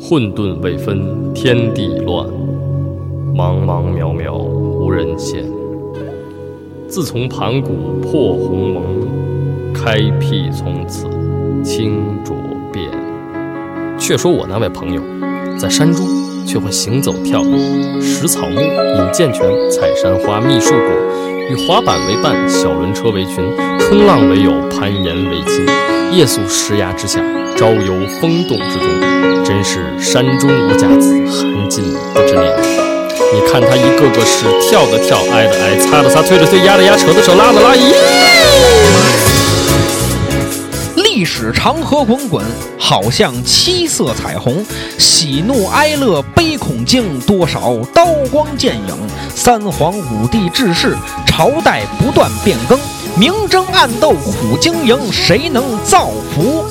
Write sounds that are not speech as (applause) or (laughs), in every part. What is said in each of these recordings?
混沌未分天地乱，茫茫渺渺无人见。自从盘古破鸿蒙，开辟从此清浊变。却说我那位朋友，在山中却会行走跳跃，食草木，饮涧泉，采山花，觅树果，与滑板为伴，小轮车为群，冲浪为友，攀岩为亲。夜宿石崖之下，朝游风洞之中，真是山中无甲子，寒尽不知年。你看他一个个是跳的跳，挨的挨，擦的擦，推的推，压的压，扯的扯，拉的拉，咦！历史长河滚滚，好像七色彩虹。喜怒哀乐悲恐惊，多少刀光剑影。三皇五帝治世，朝代不断变更。明争暗斗苦经营，谁能造福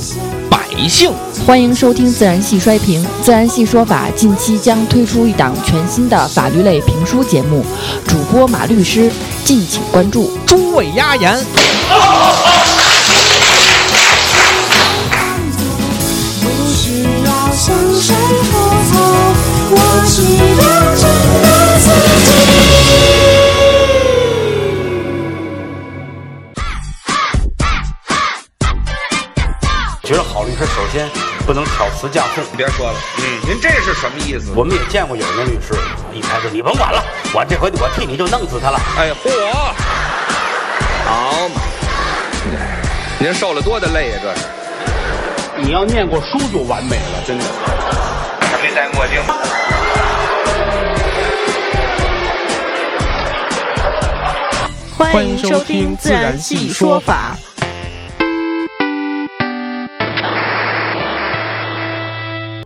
百姓？欢迎收听《自然系衰评》。《自然系说法》近期将推出一档全新的法律类评书节目，主播马律师，敬请关注。诸位压言。不需要香水喝彩，我只要真的自己。觉得好律师首先不能挑词架讼，别说了，嗯，您这是什么意思？我们也见过有的律师一开始你甭管了，我这回我替你就弄死他了。哎，嚯，好嘛，您受了多大累呀、这是。你要念过书就完美了，真的。没戴墨镜。欢迎收听《自然系说法》。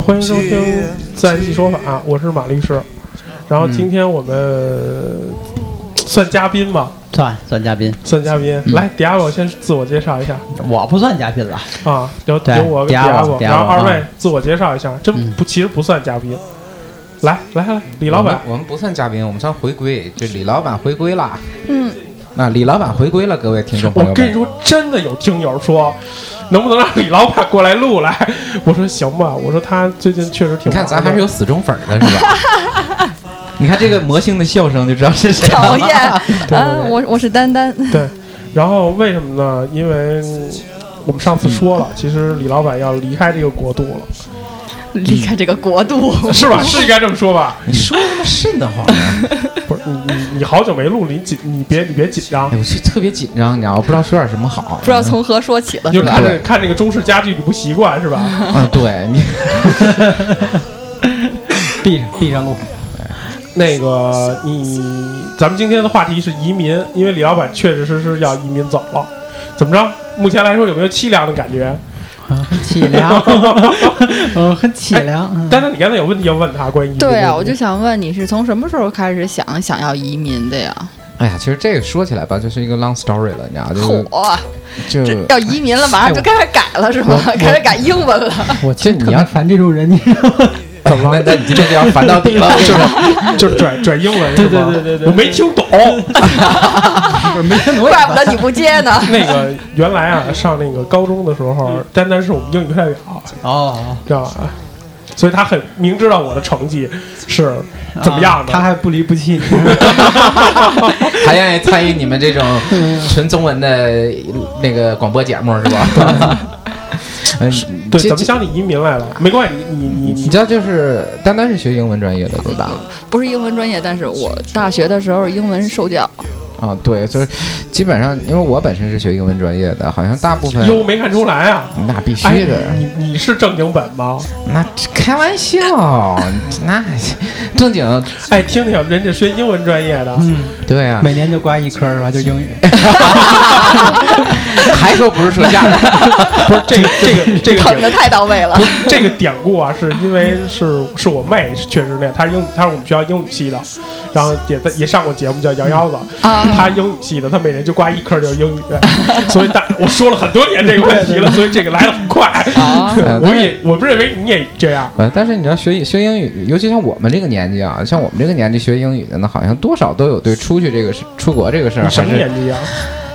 欢迎收听《自然系说法》，我是马律师。然后今天我们呃算嘉宾吧，算算嘉宾，算嘉宾。嗯来，迪亚我先自我介绍一下我不算嘉宾了。啊，由对由我跟迪迪亚亚我我，迪亚然后我二啊位自我介绍一下，这嗯不其实不算嘉宾。来来来，李老板，我们不算嘉宾，我们算回归，这李老板回归啦。嗯，那李老板回归了，各位听众朋我嗯友们。跟你说，真的有听友说，能不能让李老板过来录来？我说行吧，我说他最近确实挺你忙的。看咱还是有死忠粉儿的，是吧？你看这个魔性的笑声就知道是谁了。 (laughs) 讨厌对啊！我我是丹丹， (laughs) 对，然后为什么呢？因为我们上次说了，其实李老板要离开这个国度了， (laughs) 离开这个国度， (laughs) 嗯是吧？是应该这么说吧？你说他妈瘆得慌啊！ (laughs) 不是你你你好久没录了，你紧你别你别紧张哎，，我是特别紧张，你知道，我不知道说点什么好。 (laughs) 不知道从何说起了你。 (laughs) 就吧看这看这个中式家具你不习惯是吧？啊嗯，对你，闭上闭上录。那个你咱们今天的话题是移民，因为李老板确确实实要移民走了，怎么着？目前来说有没有凄凉的感觉？啊很凄 (laughs) 凉，哦嗯，很凄凉。嗯丹丹，你刚才有问题要问他关于移民对啊，的我问题就想问你是从什么时候开始想想要移民的呀？哎呀，其实这个说起来吧，就是一个 long story 了，你知道，就是嚯，就哎这是要移民了，马上就开始改了是吧？开始改英文 (laughs) 了。我其实这特你要别烦这种人，你知道吗？怎么了？那你今天就要烦到底了，是吧？就是转转英文是对吗？对对对对我没听懂。怪不得你不接呢。那个原来啊，上那个高中的时候，丹丹是我们英语课代表，哦，知道吧？所以他很明知道我的成绩是怎么样的，他还不离不弃你，还愿意参与你们这种纯中文的那个广播节目是吧？嗯，对，怎么想你移民来了？没关系，你你你知道，就是丹丹是学英文专业的对吧？不是英文专业，但是我大学的时候英文受教。啊，对，就是基本上，因为我本身是学英文专业的，好像大部分哟没看出来啊，那必须的。哎你你是正经本吗？那开玩笑，那正经。哎，听听人家学英文专业的，嗯，对啊，每年就挂一科是吧？就英语。还说不是说假的，不是这个这个 (laughs) 这个捧的太到位了。这个典故啊，是因为是是我妹确实那样，她是英她是我们学校英语系的，然后也在也上过节目叫摇摇子，她英语系的，她每年就挂一科就是英语，所以大我说了很多年这个问题了，所以这个来的很快。我也我不认为你也这样，呃，但是你知道学学英语，尤其像我们这个年纪啊，像我们这个年纪学英语的呢，好像多少都有对出去这个事、出国这个事儿，什么年纪啊？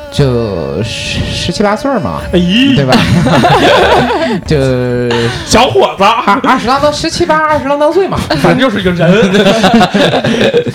就十十七八岁嘛，哎、对 (laughs) 吧？就小伙子，二二十郎当十七八，二十郎当岁嘛，反正就是个 (laughs) 人。嗯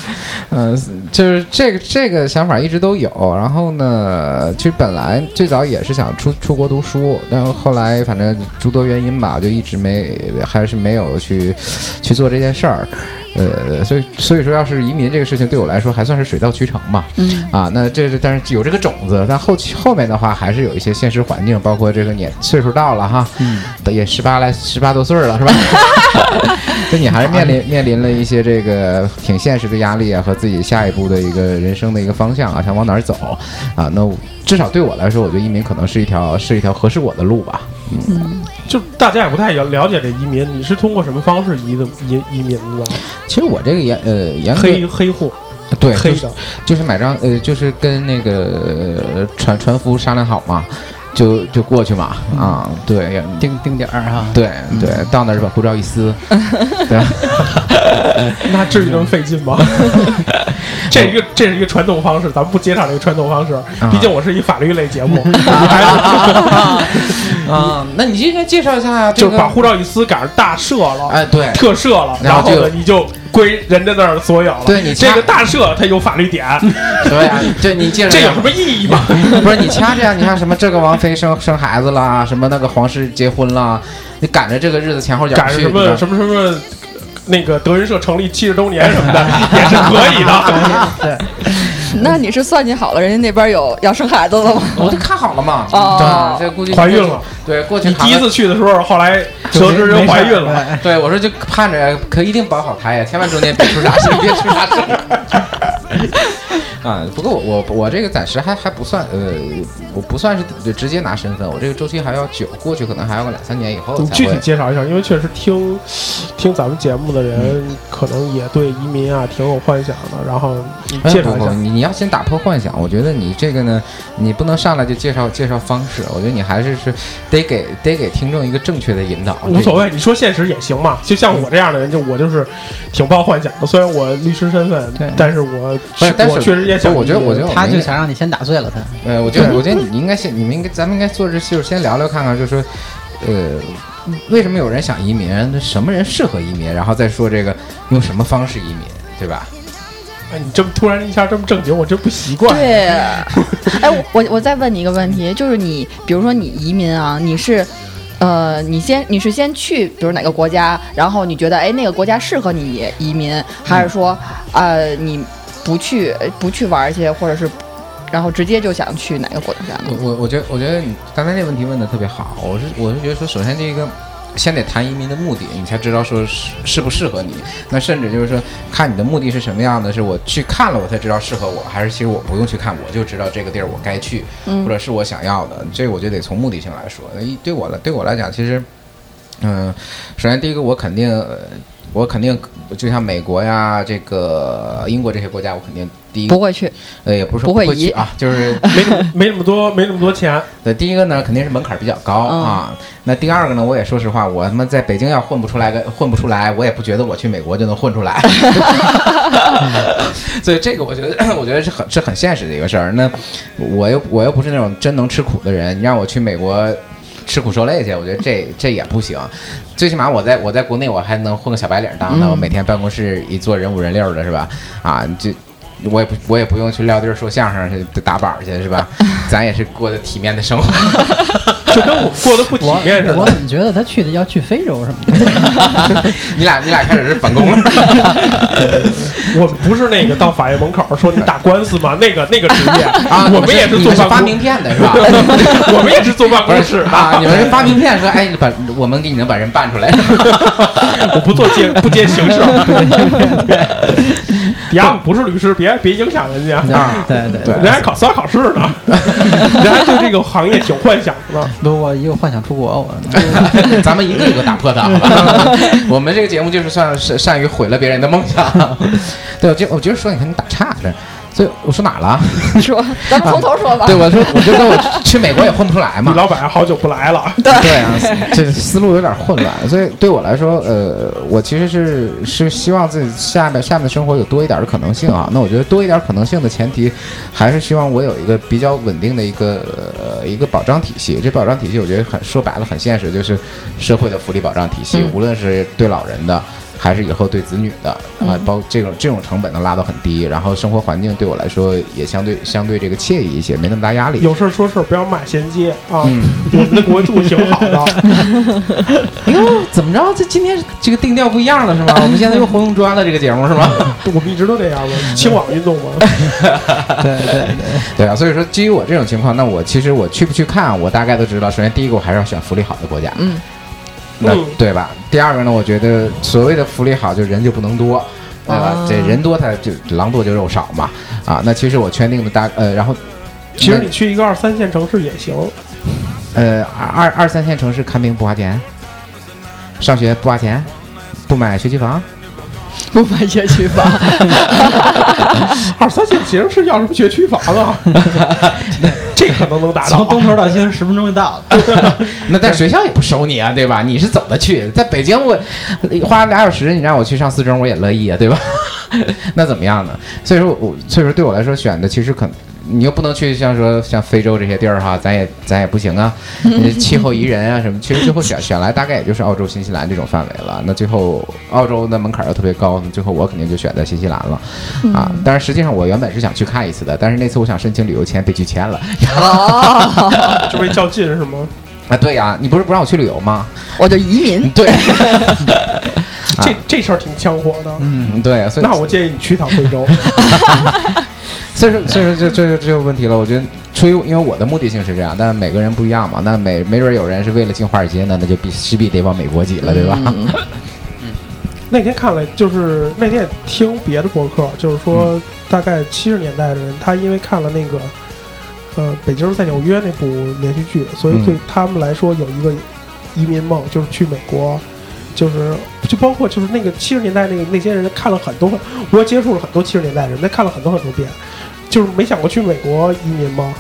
呃，就是这个这个想法一直都有。然后呢，其实本来最早也是想出出国读书，但是后来反正诸多原因吧，就一直没还是没有去去做这件事儿。呃，所以所以说，要是移民这个事情对我来说还算是水到渠成吧。嗯啊，那这是但是有这个种子，但后期后面的话还是有一些现实环境，包括这个年岁数到了哈，嗯，也十八来十八多岁了是吧？ (laughs) 就你还是面临面临了一些这个挺现实的压力啊，和自己下一步的一个人生的一个方向啊，想往哪儿走啊？那至少对我来说，我觉得移民可能是一条是一条合适我的路吧。嗯，就大家也不太了了解这移民，你是通过什么方式移的移移民的？其实我这个严呃严黑黑户，对黑的，就是买张呃就是跟那个呃船船夫商量好嘛，就就过去嘛啊，对，嗯定定点儿哈，嗯对对，到那儿把护照一撕，对，那至于那么费劲 (laughs) 吗？这一个这是一个传统方式，咱们不接上这个传统方式，毕竟我是一法律类节 (laughs) 目。啊，那你就应该介绍一下呀，就是把护照一撕，赶上大赦了，哎，对，特赦了，然后呢，你就归人家那儿所有了。对你这个大赦，它有法律典， (laughs) 对呀，这你介绍这有什么意义吗？ (laughs) 不是你掐这样，你看什么这个王菲生生孩子啦，什么那个皇室结婚啦，你赶着这个日子前后脚赶上什么什么什么。那个德云社成立七十周年 (laughs) 什么的也是可以的。对， (laughs) 那你是算计好了，人家那边有要生孩子了 (laughs) 吗？我都看好了嘛。嗯哦，这估计怀孕了。对，过去你第一次去的时候，后来得知人怀孕了。对，我说就盼着可一定保好胎呀，千万中间别出啥事，别出啥事。 (laughs) 啊，不过我我我这个暂时还还不算呃，我不算是直接拿身份，我这个周期还要久，过去可能还要个两三年以后。你具体介绍一下，因为确实听听咱们节目的人，嗯可能也对移民啊挺有幻想的。然后你哎介绍一下，你你要先打破幻想，我觉得你这个呢，你不能上来就介绍介绍方式，我觉得你还是是得给得给听众一个正确的引导。无所谓，你说现实也行嘛。就像我这样的人，就我就是挺抱幻想的，虽然我律师身份，但是我我确实。所以我觉得，我觉得他就想让你先打碎了他。呃，我觉得，我觉得你应该先，你们应该，咱们应该做这，就是先聊聊看看，就是说，呃，为什么有人想移民？什么人适合移民？然后再说这个用什么方式移民，对吧？哎，你这么突然一下这么正经，我真不习惯。对，哎，我我再问你一个问题，就是你，比如说你移民啊，你是。呃，你先你是先去，比如哪个国家，然后你觉得哎那个国家适合你移民，还是说，呃，你不去不去玩去，或者是，然后直接就想去哪个国家呢？我我我觉得我觉得你刚才那问题问的特别好，我是我是觉得说，首先这个。先得谈移民的目的，你才知道说适适不适合你。那甚至就是说，看你的目的是什么样的，是我去看了我才知道适合我，还是其实我不用去看，我就知道这个地儿我该去，嗯或者是我想要的。这我就得从目的性来说。对我来对我来讲，其实，嗯、呃，首先第一个，我肯定、呃，我肯定，就像美国呀、这个英国这些国家，我肯定。第一不会去，呃，也不是不会移啊，就是没没那么多，没那么多钱。对，第一个呢，肯定是门槛比较高、嗯、啊。那第二个呢，我也说实话，我他妈在北京要混不出来个混不出来，我也不觉得我去美国就能混出来。 (laughs) 所以这个我觉得， (coughs) 我觉得是很是很现实的一个事儿。那我又我又不是那种真能吃苦的人，你让我去美国。吃苦受累去，我觉得这这也不行。最起码我在我在国内我还能混个小白领当的，嗯、我每天办公室一坐人五人六的是吧？啊，就我也不我也不用去撂地儿说相声去打板儿去是吧？ (laughs) 咱也是过得体面的生活， (laughs) 就跟我过得不体面似我的。怎么觉得他去的要去非洲什么的？你俩你俩开始是反攻 (laughs) 了，我们不是那个到法院门口说你打官司吗？那个那个职业 (laughs) 啊我们也你们是做办你们是发公名片的是 (laughs) 吧我们也是做办公室啊，你们是发名片说哎，把我们给你能把人办 (laughs) 出来，我不做接不接形式。呀，不是律师，别别影响人家啊！对对对人家还考司法考试呢， (laughs) 人家对这个行业挺幻想的。不，我有幻想出国，我 (laughs) 咱们一个一个打破它，好 (laughs) 吧？我们这个节目就是算是善于毁了别人的梦想。 (laughs) 对，我就我就是说，你看你打岔了这，所以我说哪儿了？ (laughs) 说，咱们从头说吧。对，我说我就跟我去美国也混不出来嘛。老板好久不来了， (laughs) 对啊，这思路有点混乱，所以对我来说，呃，我其实是是希望自己下面下面的生活有多一点的可能性啊。那我觉得多一点可能性的前提，还是希望我有一个比较稳定的一个、呃、一个保障体系。这保障体系，我觉得很说白了很现实，就是社会的福利保障体系嗯，无论是对老人的。还是以后对子女的啊嗯，包这种这种成本能拉到很低，然后生活环境对我来说也相对相对这个惬意一些，没那么大压力。有事儿说事儿，不要骂衔接啊！嗯我们的国度挺 (laughs) 好的，哎呦，怎么着？这今天这个定调不一样了是 (laughs) 吗？我们现在又活用砖了，这个节目是吗？我们一直都这样嘛，清网运动嘛。嗯对对对， (laughs) 对啊，所以说基于我这种情况，那我其实我去不去看，我大概都知道。首先第一个，我还是要选福利好的国家，嗯，那嗯对吧？第二个呢，我觉得所谓的福利好，就人就不能多。对吧啊？这人多，他就狼多就肉少嘛。啊，那其实我圈定的大呃，然后其实你去一个二三线城市也行，呃，二二二三线城市看病不花钱，上学不花钱，不买学区房， (laughs) 不买学区房，二三线其实是要什么学区房 (laughs) 啊？这可能能达到从。东头到西头十分钟就到了。那在学校也不收你啊，对吧？你是走得去，在北京我花俩小时，你让我去上四中，我也乐意啊，对吧？ (laughs) 那怎么样呢？所以说我，所以说对我来说选的其实可能。你又不能去像说像非洲这些地儿哈，咱也咱也不行啊，呃气候宜人啊什么。其实最后选选来大概也就是澳洲、新西兰这种范围了。那最后澳洲的门槛又特别高，最后我肯定就选择新西兰了啊。但是实际上我原本是想去看一次的，但是那次我想申请旅游签被拒签了。 (laughs) 就被较劲是吗？啊，对呀、你不是不让我去旅游吗？ (laughs) 我就移民。对，啊这这事儿挺呛火的。嗯，对，所以那我建议你去趟 (laughs) 非洲。所以说，所以说这这这个问题了，我觉得出于因为我的目的性是这样，但是每个人不一样嘛，那每没准有人是为了进华尔街呢，那就必势必得往美国挤了，对吧？那天看了，就是那天也听别的博客，就是说大概七十年代的人，他因为看了那个呃《北京在纽约》那部连续剧，所以嗯对他们来说有一个移民梦，就是去美国。就是，就包括就是那个七十年代那个那些人看了很多，我接触了很多七十年代人，他看了很多很多遍，就是没想过去美国移民吗？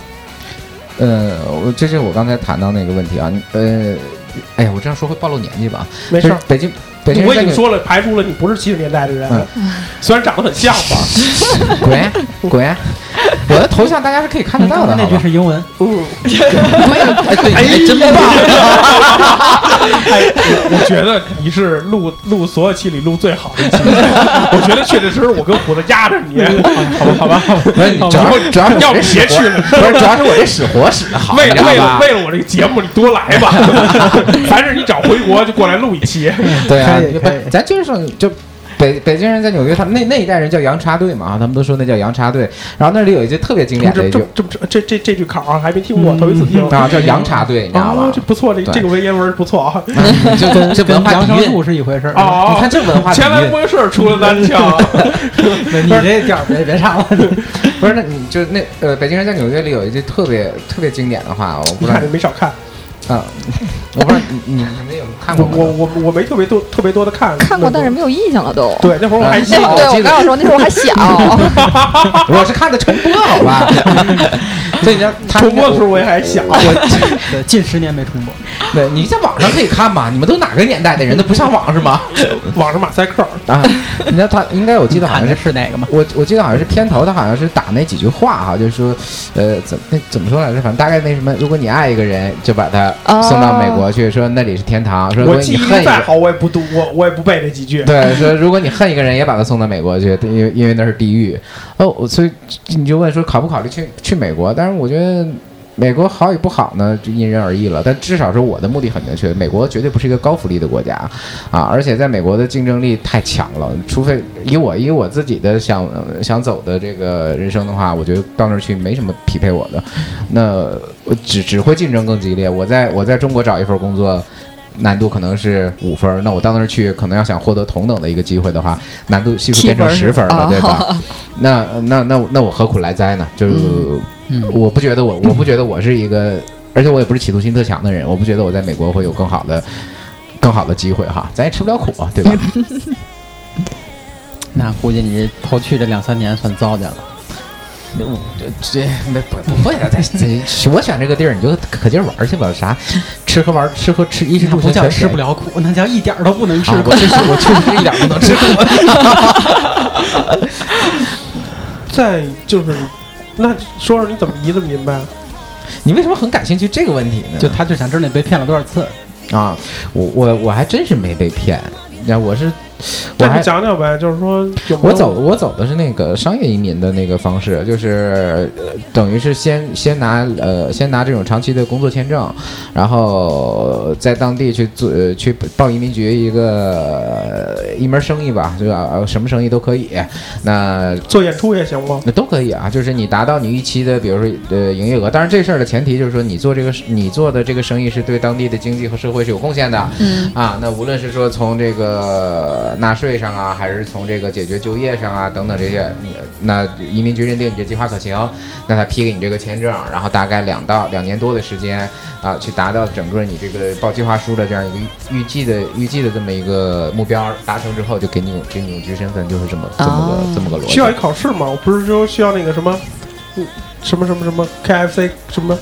呃，我这是我刚才谈到那个问题啊，你呃，哎呀，我这样说会暴露年纪吧？没事就是北京北京我已在经纽说了，排除了你不是七十年代的人，嗯虽然长得很像吧。滚滚，我的头像大家是可以看得到的，那好句吧？是英文，哎对，哎真我觉得你是录录所有期里录最好的一期，我觉得确确实实我跟虎子压着你，好吧好吧，不是，你主要主要是我这要不死别去活了，不是主要是我这死活使的好，为你知了道为了吧为了我这个节目，你多来吧，凡是你找回国就过来录一期， (laughs) 对啊可以，可以不，咱就是说就。北北京人在纽约，他们那那一代人叫洋插队嘛，啊他们都说那叫洋插队。然后那里有一句特别经典的这一这句这这这这这句坎儿啊，还没听过，头一次听啊，叫洋插队，你知道啊，吧这？不错，这对这个文言文不错啊，这这文化跟底杨蕴商路是一回事儿。哦，你看这文化底蕴前 (laughs) 来播社出了单啊枪，你这点儿别别唱了，不是，那你就那呃，北京人在纽约里有一句特别特别经典的话，我不知你道看你没少看。啊，我不知道你你你们有看我过吗？我我我没特别多特别多的看，看过，但是没有印象了都。哎对那会儿我还小对，我记我得刚想说那时候我还小。我是看的重播，好吧？所以你知道，他重播的时候我也还小我对，近十年没重播。对，你在网上可以看嘛？你们都哪个年代的人都不上网是吗？网上马赛克 (laughs) 啊！你知道他应该我记得好啊 (laughs) 像是是哪个吗？我我记得好像是片头，他好像是打那几句话哈，就是说，呃，怎么那怎么说来着？反正大概那什么，如果你爱一个人，就把他送到美国去，说那里是天堂；说如我果记你忆恨力一再个，好，我也不读，我我也不背那几句。对，说如果你恨一个人，也把他送到美国去，因为因为那是地狱。哦，我所以你就问说考不考虑去去美国？但是我觉得。美国好与不好呢，就因人而异了。但至少说我的目的很明确，美国绝对不是一个高福利的国家啊，而且在美国的竞争力太强了。除非以我以我自己的想呃想走的这个人生的话，我觉得到那儿去没什么匹配我的，那我只只会竞争更激烈。我在我在中国找一份工作，难度可能是五分儿，那我到那儿去，可能要想获得同等的一个机会的话，难度系数变成七分十儿分儿了，哦对吧？ (laughs) 那那那我那我何苦来哉呢？就是、嗯我不觉得我我不觉得我是一个，而且我也不是企图心特强的人，我不觉得我在美国会有更好的更好的机会哈，咱也吃不了苦，啊 (laughs) 对吧？那估计你头去这两三年算糟践了。我嗯这那不不会的，咱咱我选这个地儿，你就可劲儿玩儿去吧， (laughs) 啥吃喝玩儿吃喝吃衣食那住不行叫全吃吃不了苦，那叫一点儿都不能吃啊苦。我确实 (laughs) 我确实是一点儿不能吃苦。在就是，那说说你怎么你怎么明白？你为什么很感兴趣这个问题呢？就他就想知道你被骗了多少次。啊，我我我还真是没被骗，然后我是我那还你讲讲呗，就是说有没有我走我走的是那个商业移民的那个方式，就是、呃等于是先先拿呃先拿这种长期的工作签证，然后在当地去做、呃去报移民局一个、呃一门生意吧，就吧、呃什么生意都可以。那做演出也行吗？ (laughs) 那都可以啊，就是你达到你预期的，比如说呃营业额。当然这事儿的前提就是说你做这个你做的这个生意是对当地的经济和社会是有贡献的。嗯啊，那无论是说从这个纳税上啊，还是从这个解决就业上啊等等这些，你那移民局认定你这计划可行，那他批给你这个签证，然后大概两到两年多的时间啊，去达到整个你这个报计划书的这样一个预预计的预计的这么一个目标达成之后，就给你永给你永居身份，就是这么这么个、这么个逻辑。需要一考试吗？我不是说需要那个什么，嗯什么什么什么 KFC 什么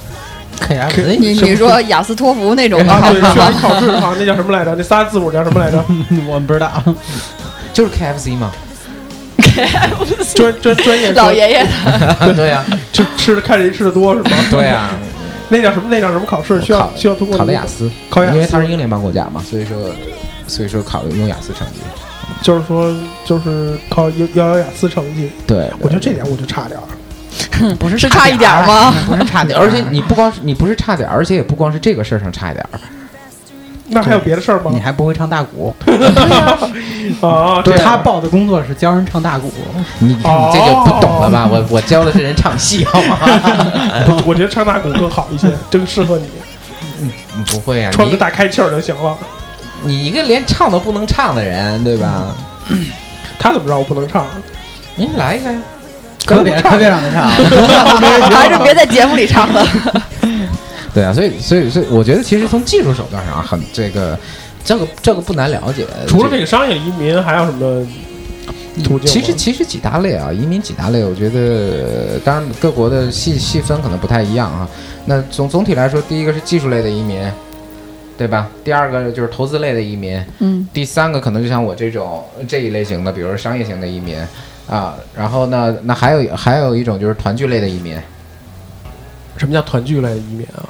KFC？哎你你说雅思托福那哎种吗？啊，对，需要一考试啊，那叫什么来着？那仨字母叫什么 (laughs) 来着？我们不知道，就是 KFC (laughs) 嘛。专专专 (laughs) 业老爷爷对呀，吃吃的看谁吃的多是吗？ (laughs) 对呀，那叫什么？那叫什么考试？需要需要通过考的那个雅思，考雅因为思它是英联邦国家嘛，所以说所以说考的用雅思成绩。就是说就是考要要有雅思成绩。对，我觉得这点我就差点儿。不是是差一点儿 (laughs) 吗？不是差点儿，而且你不光是你不是差点儿，而且也不光是这个事儿上差点儿。那还有别的事儿吗？你还不会唱大鼓。啊，对这样他报的工作是教人唱大鼓，哦你你这就不懂了吧？我我教的是人唱戏，好吗？ (laughs) 哎我我觉得唱大鼓更好一 (laughs) 些，这个适合你，你不会啊，穿个你大开气儿就行了。你一个连唱都不能唱的人，对吧？嗯他怎么知道我不能唱？啊您来一个呀，可别可别让他唱。还是别在节目里唱了。对啊，所以所以所以，我觉得其实从技术手段上啊很这个这个呃这个不难了解。除了这个商业移民，还有什么途径吗？其实其实几大类啊，移民几大类，我觉得当然各国的细细分可能不太一样啊。那总总体来说，第一个是技术类的移民，对吧？第二个就是投资类的移民，嗯，第三个可能就像我这种这一类型的，比如说商业型的移民啊。然后呢，那还有还有一种就是团聚类的移民，什么叫团聚类移民啊？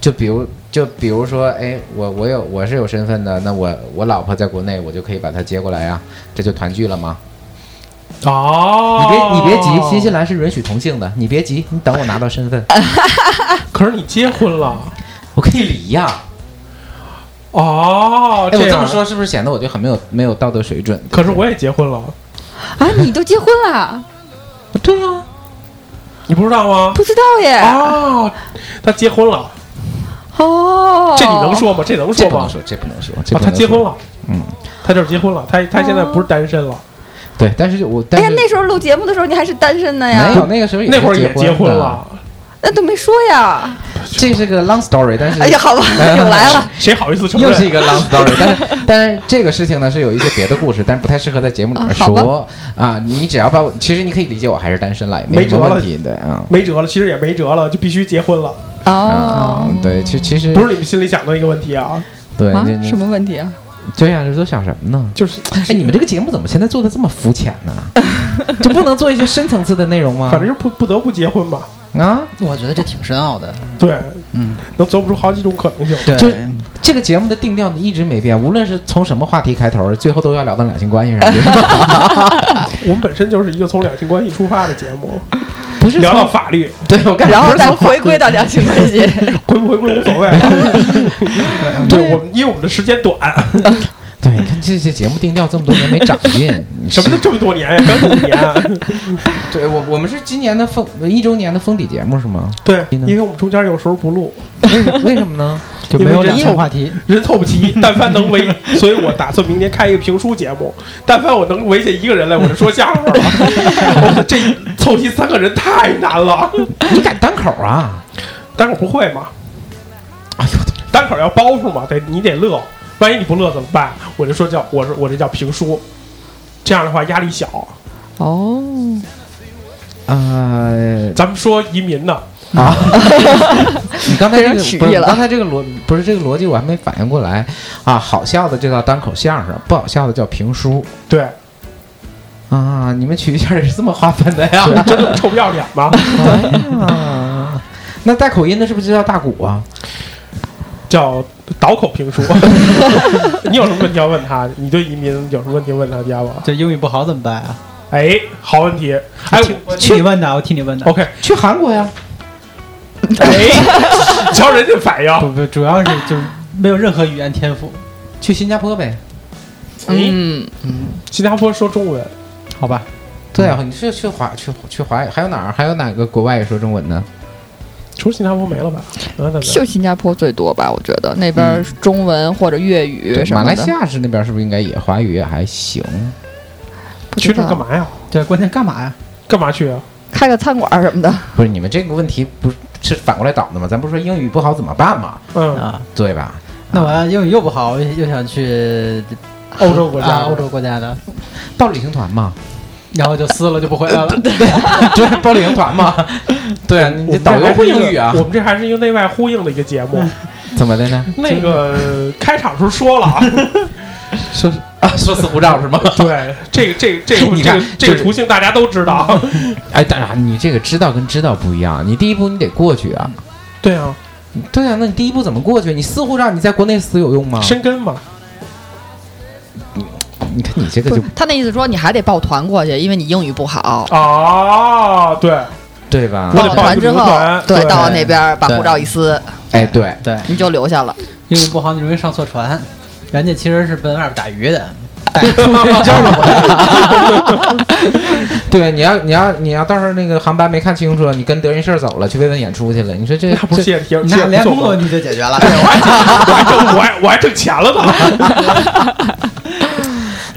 就比如就比如说，哎，我我有我是有身份的，那我我老婆在国内，我就可以把她接过来啊，这就团聚了吗？你别哦，你别急，新西兰是允许同性的，你别急，你等我拿到身份，哎可是你结婚了 (laughs) 我可以离呀、哦哎，，我这这样啊么说是不是显得我就很没有没有道德水准？可是我也结婚了，啊，你都结婚了？对呀、啊你不知道吗？不知道耶。哦，他结婚了，哦，这你能说吗？这能说这不吗能？说，这不能说，这啊，不他能结说婚了，嗯，他就是结婚了，他他现在不是单身了，对，但是我哎但呀，是那时候录节目的时候你还是单身的哎呀没？有那个时候那会儿也结结婚的，了，那都没说呀。这是个 long story，但是哎呀，好吧，又来了。谁好意思承认？又是一个 long story，但是 (laughs) 但是这个事情呢是有一些别的故事，但是不太适合在节目里面啊好吧说啊。你只要把我，其实你可以理解我还是单身了，也没什辙么了问题的啊。没辙了，其实也没辙了，就必须结婚了。哦，嗯，对，其其实不是你们心里想的一个问题啊。对啊，这什么问题啊？对呀，这都想什么呢？就是哎，你们这个节目怎么现在做的这么肤浅 (laughs) 呢？就不能做一些深层次的内容吗？反正就不不得不结婚吧。啊，我觉得这挺深奥的。对，嗯，能走不出好几种可能性。对，这个节目的定调一直没变，无论是从什么话题开头，最后都要聊到两性关系上。 (laughs) 我们本身就是一个从两性关系出发的节目，不是聊到法律，对我感觉然后再回归到良性关系。 (laughs) 回不回归无所谓。对我们，因为我们的时间短，对，你看这些节目定调这么多年没长 (laughs) 进，什么都这么多年呀，刚五年。对我我们是今年的封一周年的封底节目是吗？ (laughs) 对，因为我们中间有时候不录，为什么呢？就没有两性话题，人凑不齐，但凡能围，所以我打算明年开一个评书节目。但凡我能围下一个人来，我就说相声了。 (laughs) 我这凑齐三个人太难了，你敢单口啊？单口不会吗？哎呦，单口要包袱嘛，得你得乐，万一你不乐怎么办？我就说叫我说我这叫评书，这样的话压力小。哦，呃， (laughs) 咱们说移民呢，啊，你刚被才这个人取不缔是了刚才这个逻不是这个逻辑，我还没反应过来啊。好笑的就叫单口相声，不好笑的叫评书对，啊。你们取笑也是这么划分的呀？真的臭不要脸吗？啊， (laughs) 那带口音的是不是就叫大鼓啊？叫倒口评书。 (laughs) 你有什么问题要问他？你对移民有什么问题问他家吧？这英语不好怎么办啊？哎，好问题。哎，我替你问的，我替你问的。 OK，去韩国呀？哎，瞧人家反不应。不，主要是就是没有任何语言天赋。去新加坡呗？嗯，新加坡说中文，好吧，对啊，你是去华去去华还有哪儿？还有哪个国外也说中文呢？除了新加坡没了吧？嗯对对就新加坡最多吧，我觉得那边儿中文或者粤语对什马么的。来西亚是那边是不是应该也华语也还行？不知去这道干嘛呀？对，关键干嘛呀？干嘛去啊？开个餐馆儿什么的，不是你们这个问题不是是反过来倒的吗？咱不是说英语不好怎么办吗？嗯，啊，对吧？那我要英语又不好，又又想去欧洲国啊家，欧洲国家的，报旅行团嘛，然后就撕了，就不回来了。 (laughs) 对，报旅行团 (laughs) 嘛，对啊，我你们导游这还会是一个英语啊我？们这还是一个内外呼应的一个节目。怎么的呢？那个开场时候说了啊，说啊，说死护照是吗？对，这个这个这个你这看个这就个是途径大家都知道。哎，当然，你这个知道跟知道不一样，你第一步你得过去啊。对啊，对啊，那你第一步怎么过去？你撕护照，你在国内撕有用吗？深根嘛，你看你这个不就是 (laughs) 他那意思说你还得抱团过去，因为你英语不好。哦，对，对吧我？抱得了报团旅之游后团，对，对到了那边儿把对护照一撕，哎，对，对，你就留下了。英语不好，你容易上错船。人家其实是奔外边打鱼的，带出去就是回来了。对，你要你要你要到时候那个航班没看清楚，你跟德云社走了，去慰问演出去了，你说这那不是这谢谢那连工作我你就解决了。还挣我还我还挣钱了呢。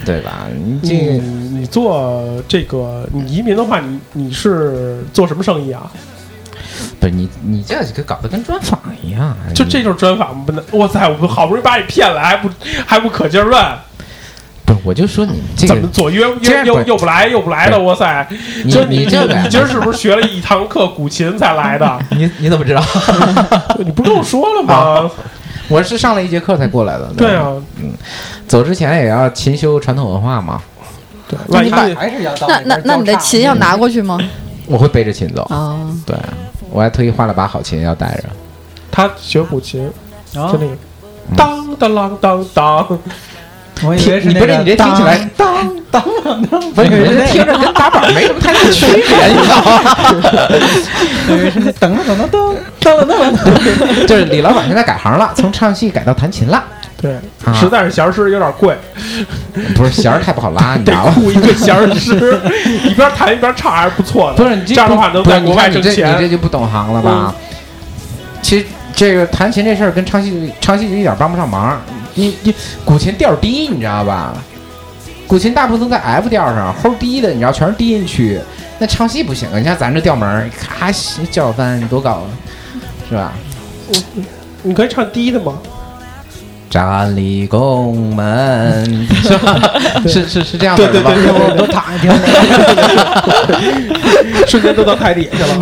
对吧？你 (laughs) 你这个你做这个你移民的话，你你是做什么生意啊？不是你你这个搞得跟专访一样，就这就是专访，不能哇塞，我好不容易把你骗来，还不还不可劲儿问，不是我就说你这怎么个左约这约样又不又不来又不来的，哇塞！你就你这个呀你今儿是不是学了一堂课古琴才来 (laughs) 的？你你怎么知道？你不跟我说了啊吗？我是上了一节课才过来的。对吧，啊，走之前也要勤修传统文化嘛。对，万一还是要到那那那你的琴嗯要拿过去 (laughs) 吗？我会背着琴走，啊，对我还特意画了把好琴要带着。他学古琴，啊就那个嗯当当啷当当，我以为是你那不个是你这听起来，当当当当，不是你这听着跟打板没什么太大区别，你知道吗？我以为是那等等等等等等等。就是李老板现在改行了，从唱戏改到弹琴了。对啊，实在是弦儿师有点贵，不是弦儿太不好拉，你知 (laughs) 得道吗？雇一个弦儿师，一边弹一边唱还是不错的。不是你这这样的话能不是在国外挣你看你这你钱。嗯这就不懂行了吧？其实这个弹琴这事儿跟唱戏唱戏就一点帮不上忙。你你古琴调低，你知道吧？古琴大部分都在 F 调上，齁低的，你知道全是低音区。那唱戏不行啊，你像咱这调门儿，咔叫翻多高啊，是吧？ (laughs) 你可以唱低的吗？站立宫门， (laughs) 是吧？是是是这样子对的对吧？对对，我都躺一听，瞬间都到太底下了。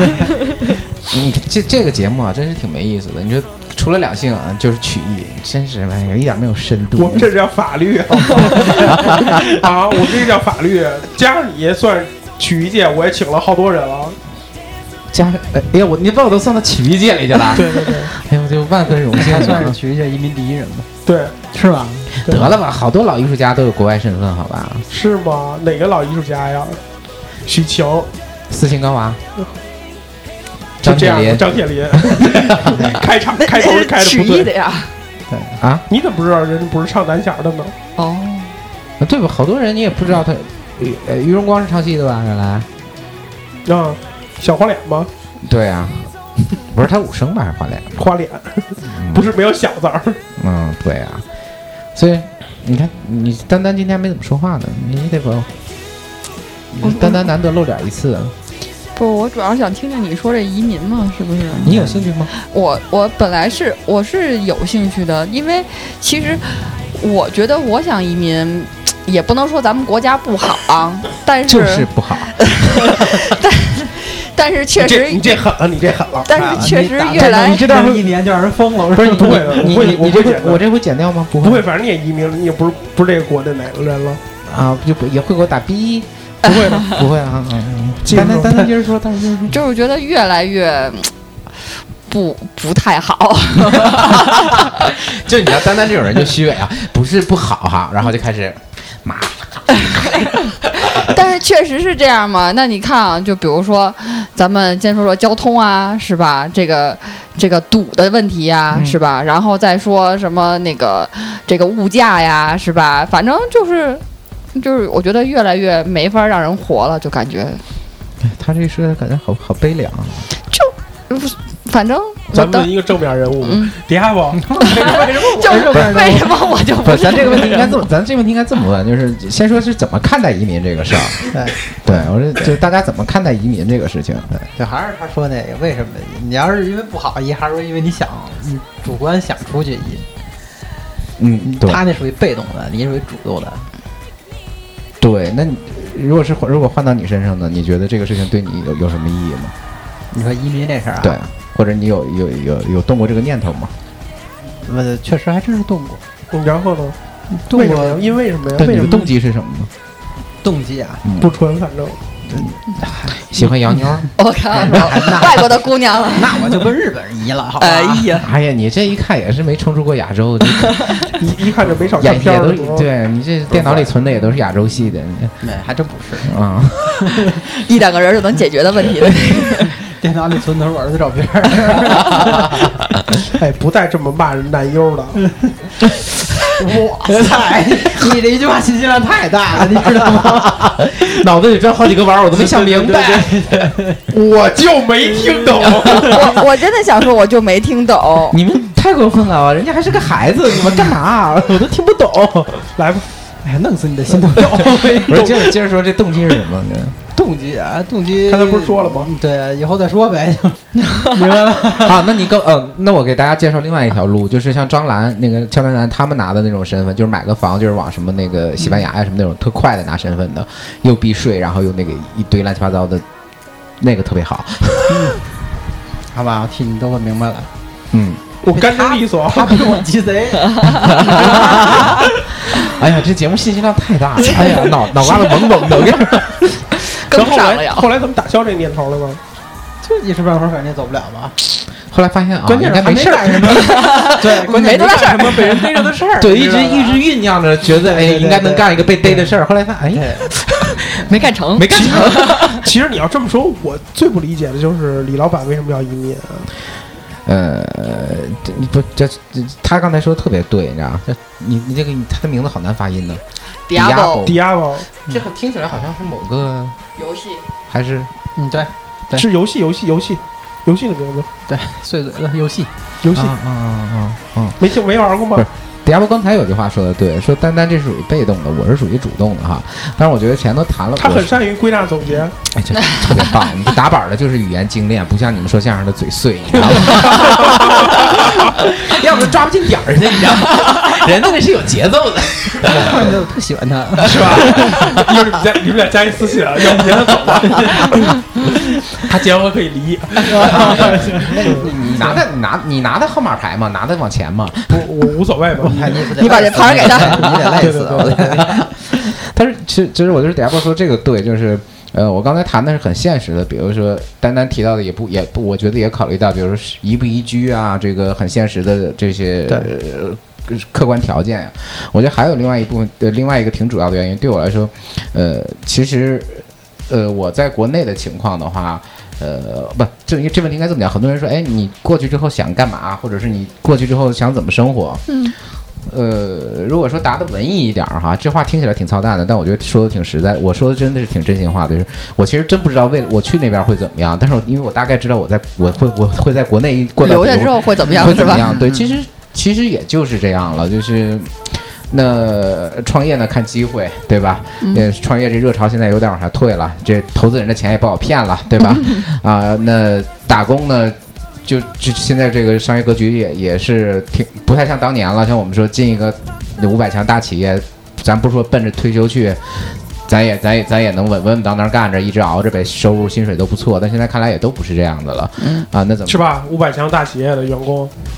你这这个节目啊，真是挺没意思的。你说除了两性啊，就是曲艺，真是哎呀，一点没有深度。 (laughs) 我们这叫法律 (laughs) 啊！我们这叫法律，加上你算曲艺界，我也请了好多人了。加上哎哎呀，我你把我都算到曲艺界里去了。 (laughs) 对对对，哎呦，我就万分荣幸还 (laughs) 了。算是曲艺界移民第一人吧？对，是吧？得了吧，好多老艺术家都有国外身份，好吧？是吗？哪个老艺术家呀？许晴、斯琴高娃、就张这铁样林，张铁林， (laughs) 开场开头开的曲不艺对的呀。对啊，你怎么不知道人家不是唱南弦的呢？哦，啊对吧？好多人你也不知道他，于呃于荣光是唱戏的吧？原来，啊，小花脸吗？对啊，不是他武生吧？还是花脸？花脸，不是没有小字儿。嗯，对啊，所以你看，你丹丹今天没怎么说话呢，你得不，我丹丹难得露脸一次，不，我主要是想听听你说这移民嘛，是不是？你有兴趣吗？我我本来是我是有兴趣的，因为其实我觉得我想移民，也不能说咱们国家不好啊，但是、就是不好，但是确你这实你这狠了，你这狠了。但是确实越来你这段一年就让人疯了，不是你不会的你我会你我你会这剪会的我这会剪掉吗？不不会会，反正你也移民了，你也不是不是这个国的哪个人了。啊，就不也会给我打 B，不会的，不会啊，嗯嗯接着丹丹说丹丹接着说，丹丹接着说，就是觉得越来越不不太好。就你知道丹丹这种人就虚伪啊，不是不好哈，然后就开始骂，但是确实是这样嘛？那你看啊，就比如说，咱们先说说交通啊，是吧？这个这个堵的问题呀、是吧？然后再说什么那个这个物价呀，是吧？反正就是就是，我觉得越来越没法让人活了，就感觉他这说的感觉好好悲凉啊，反正我嗯咱的们一个正面人物，底下不？ (laughs) 就是为什么我就不不是，咱这个问题这应样 (laughs) 该这么，咱这个问题应该这么问，就是先说是怎么看待移民这个事儿。 (laughs) 对，我说就是大家怎么看待移民这个事情？对，就还是他说那个，为什么？你要是因为不好移，还是说因为你想你主观想出去移？嗯，对他那属于被动的，你属于主动的。对。那你如果是换如果换到你身上呢？你觉得这个事情对你有有什么意义吗？你说移民这事儿啊，对，或者你有有有有动过这个念头吗？呃，确实还真是动过， (laughs) 然后呢？动为什么呀？过因为什么呀？对，为你什的么动机是什么呢？动机啊， (laughs) 嗯不纯？反正喜欢洋妞儿？我看到外国的姑娘了，那我就跟日本人移了， (laughs) 好吧？哎呀， (laughs) 哎呀，你这一看也是没冲出过亚洲， (laughs) 你一一看就没少也看片也儿都是吧。对你这电脑里存的也都是亚洲系的，你没，还真不是。啊，一两个人就能解决的问题了。电脑里存的是 (laughs) 我儿子照片儿， (laughs) (laughs) 哎，不带这么骂人男优的。哇塞， (laughs) 你这一句话信息量太大了，你知道吗？ (laughs) 脑子里转好几个弯儿，我都没想明白。我就没听懂。嗯我我真的想说，我就没听懂。你们太过分了，啊人家还是个孩子，你们干嘛？啊 (laughs) 我都听不懂。来吧，哎呀，弄死你的心都 (laughs) 有。不是，接着接着说，这动机是什么呢？动机啊，动 (laughs) (laughs) 机，刚才不是说了吗？对，以后再说呗， (laughs) 明白了。啊，那你更呃，那我给大家介绍另外一条路，就是像张兰那个乔丹兰他们拿的那种身份，就是买个房，就是往什么那个西班牙呀、什么那种特快的拿身份的，又避税，然后又那个一堆乱七八糟的，那个特别好。好吧，我替你都问明白了。嗯，我干净利索。啊他不是我鸡贼，哎呀，这节目信息量太大了， (laughs) 哎呀，脑脑瓜子嗡嗡的。我跟你说跟然不后后上了来呀。后来怎么打消这念头了呢？就一时半会儿反正也走不了吧。后来发现啊，关键应是该还没没事儿。干什么，对，关键没多大事儿干什么被人逮着的事 (laughs) 儿。对，你一直知道吧一直酝酿着，觉得哎对对对应该能干一个被逮的事儿，后来发现哎没干成，没干成。 (laughs) (laughs) 其实你要这么说，我最不理解的就是李老板为什么要移民。啊 (laughs) 呃，这你不这这他刚才说的特别对，你知道 (laughs) 吗？这你你这个他的名字好难发 (laughs) 音呢。 Diablo Diablo Diablo 这个听起来好像是某个游戏还是嗯，对对是游戏，游戏，游戏，游戏的名字，对，碎嘴子游戏，游啊戏啊啊啊啊！没听没玩过不吗是？Diablo 刚才有句话说的对，说丹丹这是属于被动的，我是属于主动的哈。但是我觉得前头谈了，他我很是善于归纳总结，哎，这 (laughs) 特别棒！你打板儿的就是语言精炼，不像你们说相声的嘴碎，你知道吗？要不抓不进点儿去，你知 (laughs) 道吗？人家那是有节奏的。我特喜欢他， (laughs) (laughs) 是吧？就是你们俩你们俩加一私信啊，要不您走吧。他结婚可以离。那你你拿的你拿你拿的号码牌吗？拿的往前吗？我我无所谓 (laughs) 嘛，你你把这牌儿给他 (laughs) 你得累对死对对我。 (laughs) 但是其实其实我就是等下波说这个对，就是呃，我刚才谈的是很现实的，比如说丹丹提到的也不也不，我觉得也考虑到，比如说是宜不宜居啊，这个很现实的这些。对呃客观条件呀、啊我觉得还有另外一部分，呃，另外一个挺主要的原因，对我来说，呃，其实，呃，我在国内的情况的话，呃，不，这这问题应该这么讲，很多人说，哎，你过去之后想干嘛，或者是你过去之后想怎么生活，嗯，呃，如果说答的文艺一点儿哈，这话听起来挺操蛋的，但我觉得说的挺实在。我说的真的是挺真心话的，就是我其实真不知道为我去那边会怎么样，但是我因为我大概知道我在我会我会在国内过到留下什么之后会怎么样会怎么是吧嗯样？对，其实其实也就是这样了，就是。那创业呢，看机会，对吧？嗯呃，创业这热潮现在有点往下退了，这投资人的钱也不好骗了，对 (laughs) 吧？啊、那打工呢，就就现在这个商业格局也也是挺不太像当年了。像我们说进一个五百强大企业，咱不说奔着退休去，咱也咱也咱也能稳稳稳当当干着，一直熬着呗，收入薪水都不错。但现在看来也都不是这样的了。嗯啊，那怎么是吧？五百强大企业的员工，嗯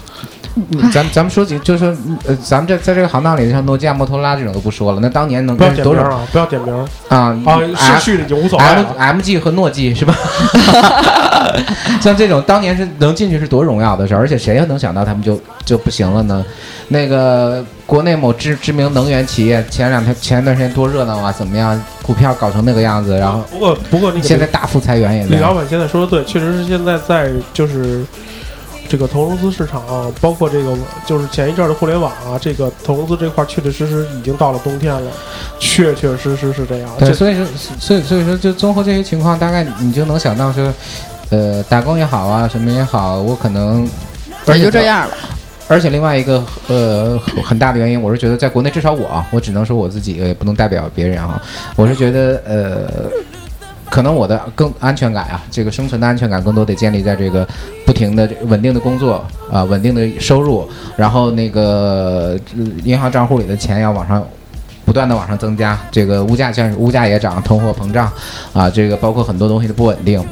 咱咱们说几，就是说呃，咱们这在这个行当里，像诺基亚、摩托罗拉这种都不说了。那当年能不要跟点多名少啊！不要点名啊！啊失去的就无所谓 M 了。 M G 和诺基是吧？ (laughs) 像这种当年是能进去是多荣耀的事儿，而且谁又能想到他们就就不行了呢？那个国内某知知名能源企业前两天前段时间多热闹啊，怎么样？股票搞成那个样子，然后不过不过那个现在大幅裁员也李在老板现在说的对，确实是现在在就是这个投融资市场啊、包括这个就是前一阵儿的互联网啊，这个投融资这块儿确确实实已经到了冬天了，确确实实是这样。对，这所以说，所以所以说，就综合这些情况，大概你就能想到说，呃，打工也好啊，什么也好，我可能也就这样了。而且另外一个呃很大的原因，我是觉得在国内，至少我啊，我只能说我自己，也不能代表别人啊。我是觉得呃，可能我的更安全感啊，这个生存的安全感更多得建立在这个不停的稳定的工作啊、稳定的收入，然后那个呃银行账户里的钱要往上。不断的往上增加，这个物价像物价也涨，通货膨胀，啊，这个包括很多东西的不稳定，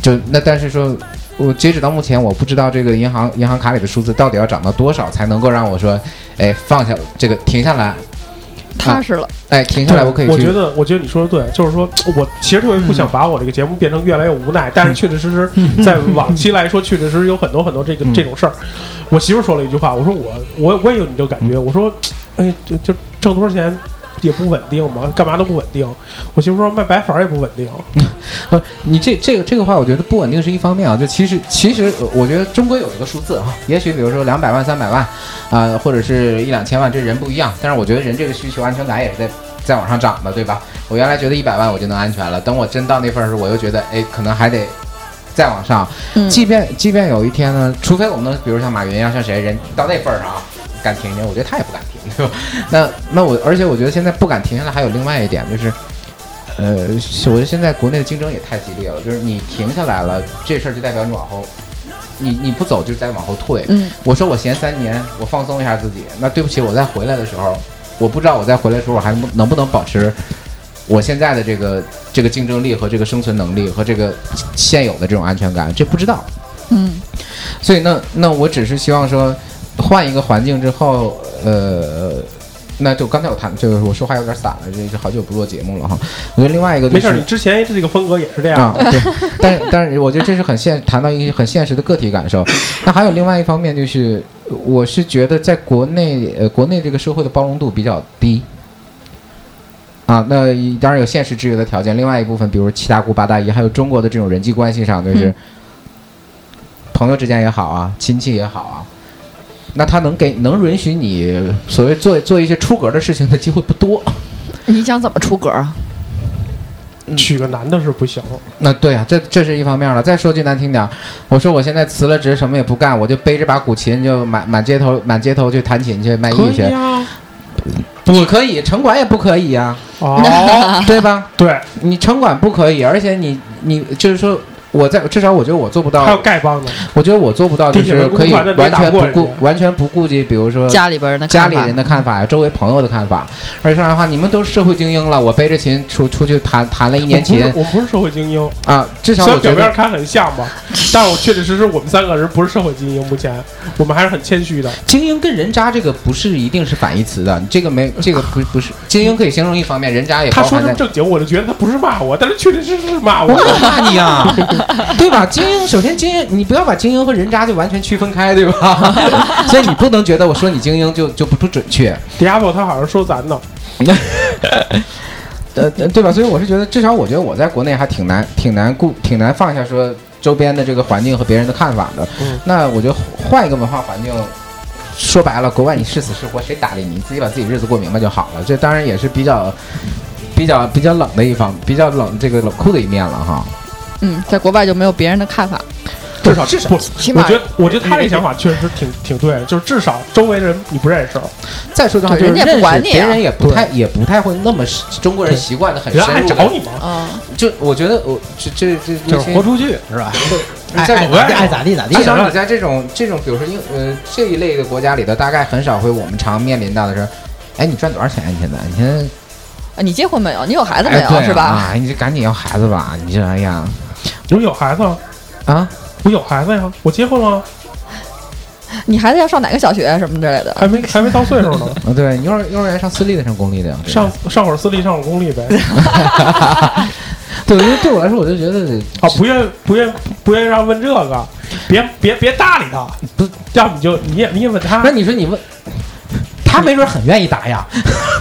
就那但是说，我截止到目前，我不知道这个银行银行卡里的数字到底要涨到多少才能够让我说，哎，放下这个停下来， (laughs) 踏实了。哎，停下来，我可以去。嗯我觉得，我觉得你说的对，就是说我其实特别不想把我这个节目变成越来越无奈，但是确确实实在往期来说，确确实实有很多很多这嗯个、这种事儿。我媳妇说了一句话，我说我我我也有你这个感嗯觉，我说，哎，就就挣多少钱也不稳定嘛，干嘛都不稳定。我媳妇说卖白粉儿也不稳定，不，你这这个这个话，我觉得不稳定是一方面啊。就其实其实，呃我觉得终归有一个数字啊，也许比如说两百万、三百万，啊、或者是一两千万，这人不一样。但是我觉得人这个需求安全感也是在在往上涨的，对吧？我原来觉得一百万我就能安全了，等我真到那份儿时候，我又觉得哎，可能还得再往上。即便即便有一天呢，除非我们能，比如像马云呀、像谁人到那份儿上啊，敢停一停，我觉得他也不敢停，对吧？那那我，而且我觉得现在不敢停下来，还有另外一点就是。呃，我觉得现在国内的竞争也太激烈了，就是你停下来了，这事儿就代表你往后，你你不走就在往后退。嗯我说我闲三年，我放松一下自己，那对不起，我再回来的时候，我不知道我再回来的时候我还能不能不能保持我现在的这个这个竞争力和这个生存能力和这个现有的这种安全感，这不知道。嗯所以那那我只是希望说，换一个环境之后，呃，那就刚才我谈，就是我说话有点散了，这是好久不做节目了哈。我觉得另外一个就没事是儿，你之前这个风格也是这样啊，的。对，但是但是我觉得这是很现谈到一个很现实的个体感受。那还有另外一方面就是，我是觉得在国内呃国内这个社会的包容度比较低。啊，那当然有现实制约的条件，另外一部分，比如七大姑八大姨，还有中国的这种人际关系上，就是、嗯朋友之间也好啊，亲戚也好啊，那他能给能允许你所谓做做一些出格的事情的机会不多。你想怎么出格啊？娶个男的是不行，那对啊，这这是一方面了。再说句难听点儿，我说我现在辞了职，什么也不干，我就背着把古琴就满满街头满街头去弹琴去卖艺去， (laughs) 啊，不可以，城管也不可以呀、啊哦，啊对吧？对，你城管不可以，而且你你就是说，我在至少我觉得我做不到，还有丐帮呢，我觉得我做不到，就地铁是文工可以团的没完打全过不人顾完全不顾及，比如说家里边人的看呃家法里人的看法呀，周围朋友的看法。而且说实话，你们都是社会精英了，我背着琴出出去弹弹了一年琴我不是我不是社会精英啊，至少虽我然觉表面得看很像吧，但是我确确实实我们三个人不是社会精英，目前我们还是很谦虚的。精英跟人渣这个不是一定是反义词的，这个没这个不不是精英可以形容一方面，人渣也他包说含这在么正经，我就觉得他不是骂我，但是确确实实是骂 (laughs) 我。我骂你啊，对吧？精英，首先精英，你不要把精英和人渣就完全区分开，对吧？ (laughs) 所以你不能觉得我说你精英就就不不准确。 Diablo 他好像说咱呢，呃，呃对吧？所以我是觉得，至少我觉得我在国内还挺难，挺难顾，挺难放下说周边的这个环境和别人的看法的。嗯那我觉得换一个文化环境，说白了，国外你是死是活，谁搭理你？你自己把自己日子过明白就好了。这当然也是比较、比较、比较冷的一方，比较冷这个冷酷的一面了哈。嗯，在国外就没有别人的看法，至少不，起我码觉得我觉得他这想法确实挺挺对，就是至少周围人你不认识。再说的话，对就是人家也不管认识你啊别人也不太也不太会那么是中国人习惯的很深人入。爱找你吗？啊，就我觉得我这这这哎就是豁出去是 (laughs) 吧？哎爱爱国外爱哎咋地咋地至少是吧你在这种这种，比如说英呃这一类的国家里头，大概很少会我们常面临到的是，哎，你赚多少钱啊？你现在你现在啊你结婚没有？你有孩子没哎对有？啊是吧？啊，你就赶紧要孩子吧，你这哎呀，我有孩子啊，啊，我有孩子呀，我结婚了，你孩子要上哪个小学什么之类的？嗯还没还没到岁数呢。啊，对，你幼儿幼儿园上私立的，上公立的呀？这上上会儿私立，上会儿公立呗。对，因为对我来说，我就觉得啊，不愿不愿不愿意让问这个，别别别搭理他，不，要不你就你也你也问他。那你说你问他，没准很愿意答呀，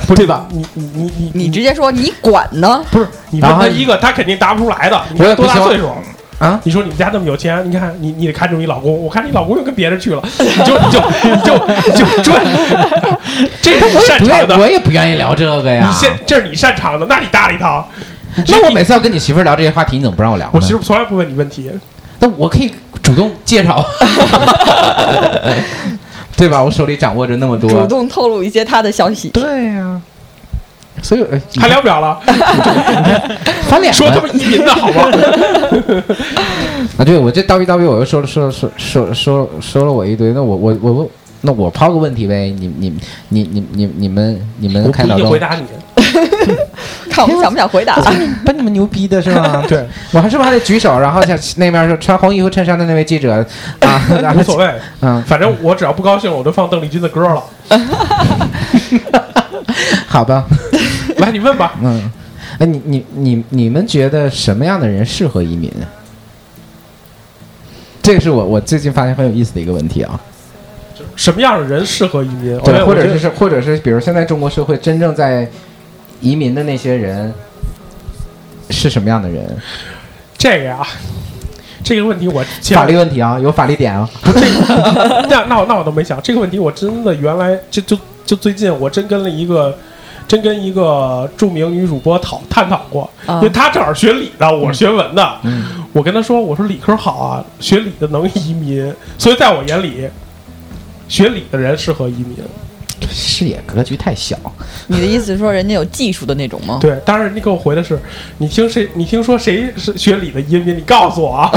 不对吧？你你你你你直接说你管呢？不是你问他一个，他肯定答不出来的。你我看也不多大希望岁数？啊！你说你们家那么有钱，你看你你得看中你老公，我看你老公又跟别人去了，你就你就你就你就赚， (laughs) 这是你擅长的。我也不愿意聊这个呀你现这是你擅长的，那你搭理他。那我每嗯次要跟你媳妇儿聊这些话题，你怎么不让我聊呢？我媳妇从来不问你问题，那我可以主动介 (laughs) 绍，对吧？我手里掌握着那么主多，动透露一些他的消息。啊对呀、所以哎还聊不了了，翻脸了说他们移民的好吗？ (laughs) 啊！对我这叨逼叨逼，我又说了说了说说说说了我一堆。那我我我我那我抛个问题呗，你你你你你你们你们我开不一脑定洞回，答你。看我们想不想回答？把你们牛逼的是吗？对， (laughs) 我还是不是还得举手？然后像那边说穿红衣服衬衫的那位记者啊， (laughs) 然后无所谓，嗯，反正我只要不高兴，我就放邓丽君的歌了。 (laughs) 好吧，来，你问吧。嗯，哎，你你你你们觉得什么样的人适合移民？啊这个是我我最近发现很有意思的一个问题啊，什么样的人适合移民？对，或我我觉者得是或者是比如现在中国社会真正在移民的那些人是什么样的人？这个呀，这个问题我前法律问题啊，有法律点啊， (laughs) 那那我那我都没想这个问题，我真的原来就就就最近我真跟了一个。真跟一个著名女主播讨探讨过，啊因为她正好学理的，我是学文的。我跟她说：“我说理科好啊，学理的能移民，所以在我眼里，学理的人适合移民。视野格局太小。你的意思是说人家有技术的那种吗？对，当然你给我回的是，你听谁？你听说谁是学理的移民？你告诉我啊！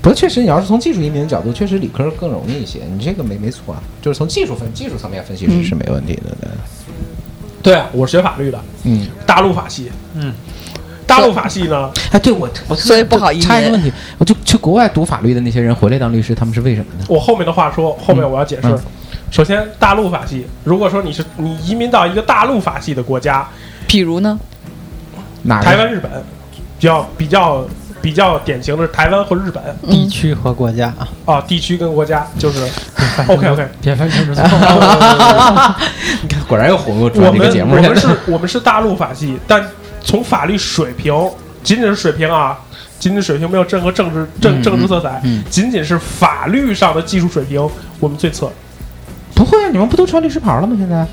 不过确实，你要是从技术移民的角度，确实理科更容易一些，你这个没没错啊，就是从技术分技术层面分析是、是没问题的。对对啊，我是学法律的，嗯，大陆法系，嗯，大陆法系呢？哎，对我我所以不好移插一个问民。题，我就去国外读法律的那些人回来当律师，他们是为什么呢？我后面的话说，后面我要解释。嗯首先，大陆法系，如果说你是你移民到一个大陆法系的国家，嗯比如呢？哪台湾、日本，比较比较比较典型的是台湾和日本地区和国家啊。啊，地区跟国家就是 (laughs) OK OK。别翻车啊错。你看，果然又红过我们我们是， (laughs) 我们是大陆法系，但从法律水平，仅仅是水平啊，仅仅水平没有任何政治政嗯政治色彩嗯嗯，仅仅是法律上的技术水平，我们最次。不会啊，你们不都穿律师袍了吗？现在啊、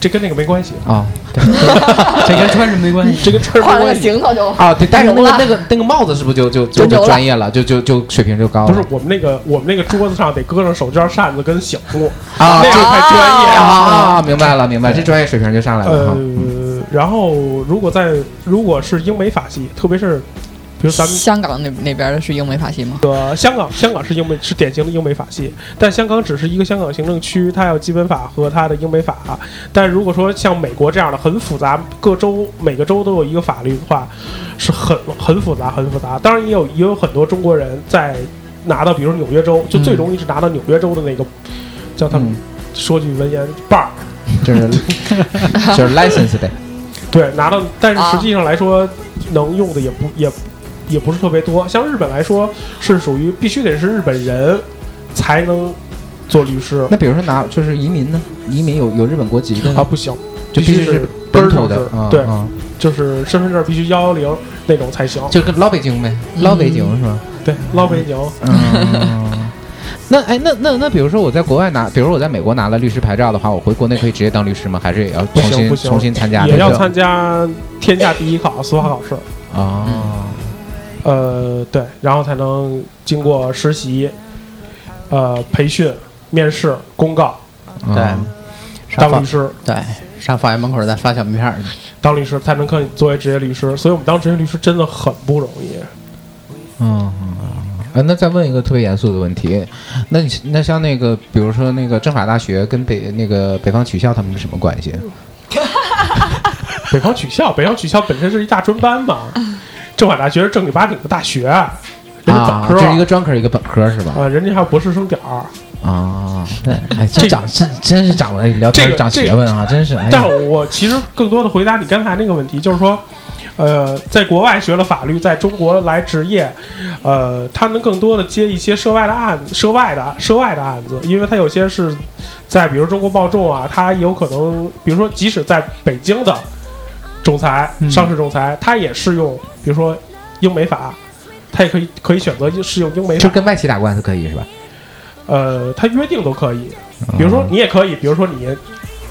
这跟那个没关系，哦 (laughs) 这跟穿什么没关系，这跟穿换了个行头就啊，对，戴上那牛个了那个那个帽子是不是就就就就牛就了专业了，就就就水平就高了？不是我们那个我们那个桌子上得搁上手绢、扇子跟小木啊那样才专业啊，明白了明白，这专业水平就上来了哈。呃呃，然后如果在如果是英美法系，特别是比如咱们香港那那边的是英美法系吗？呃，香港香港是英美是典型的英美法系，但香港只是一个香港行政区，它有基本法和它的英美法。但如果说像美国这样的很复杂，各州每个州都有一个法律的话，是很很复杂很复杂。当然也有也有很多中国人在拿到，比如纽约州，就最容易是拿到纽约州的那个，叫他嗯们说句文言 bar，就是 (laughs) 就是 license 呗。对，拿到，但是实际上来说，能用的也不也也不是特别多。像日本来说，是属于必须得是日本人才能做律师。那比如说拿就是移民呢？移民有有日本国籍的啊，不行，就必须是本土的是，啊对啊，就是身份证必须幺幺零那种才行。就跟老北京呗，老北京嗯是吧？对，老北京。那哎，那那那，比如说我在国外拿，比如说我在美国拿了律师牌照的话，我回国内可以直接当律师吗？还是也要不重行新不行，重新参加那也要个？参加天下第一考司法考试。哦，嗯呃，对，然后才能经过实习、呃培训、面试、公告，对，哦上当法律师，对，上法院门口再发小名片儿去。当律师才能可以作为职业律师。所以我们当职业律师真的很不容易。嗯，啊，那再问一个特别严肃的问题，那你那像那个，比如说那个政法大学跟北那个北方取校他们是什么关系？北方取校，北方取校本身是一大专班嘛，政法大学是正儿八经的大学，人家啊本，这科是一个专科一个本科是吧？啊，人家还有博士生点儿。啊，对，哎，真长真真是长了聊这天个长学问啊，真是。哎呀但我其实更多的回答你刚才那个问题，就是说，呃，在国外学了法律，在中国来执业，呃，他能更多的接一些涉外的案、涉外的、涉外的案子，因为他有些是在比如中国报众啊，他有可能，比如说即使在北京的仲裁、嗯商事仲裁，他也适用，比如说英美法，他也可以可以选择适用英美法，就跟外企打官司可以是吧？呃，他约定都可以。比如说你也可以，比如说你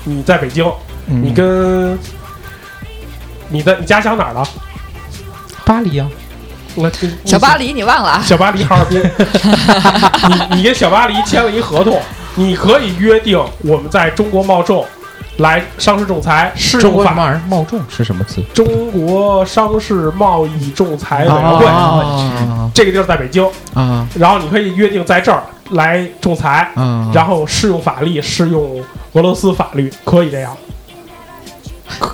你在北京，嗯你跟你的你家乡哪儿的？巴黎啊，我小巴黎，你忘了啊？小巴黎哈尔滨。你你跟小巴黎签了一合同，你可以约定我们在中国贸众来商事仲裁适中用国法。贸贸众是什么词？中国商事贸易仲裁委哦员会，啊这个地儿在北京，啊然后你可以约定在这儿来仲裁，啊然后适用法律，适用俄罗斯法律，可以这样。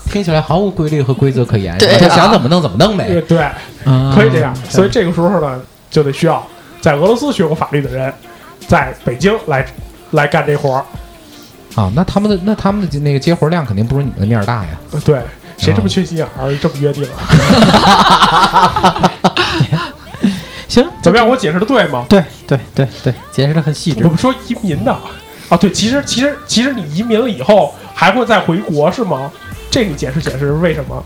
听起来毫无规律和规则可言，对啊就想怎么弄怎么弄哎呗。对，啊可以这样。所以这个时候呢，就得需要在俄罗斯学过法律的人，在北京来来干这活儿。啊，那他们的那他们的那个接活量肯定不如你们的面儿大呀。呃对，谁这么缺心眼儿，这么约定啊？行，怎么样？我解释的对吗？对对对对，解释的很细致我。们说移民的啊，对，其实其实其实你移民了以后还会再回国是吗？这你解释解释为什么？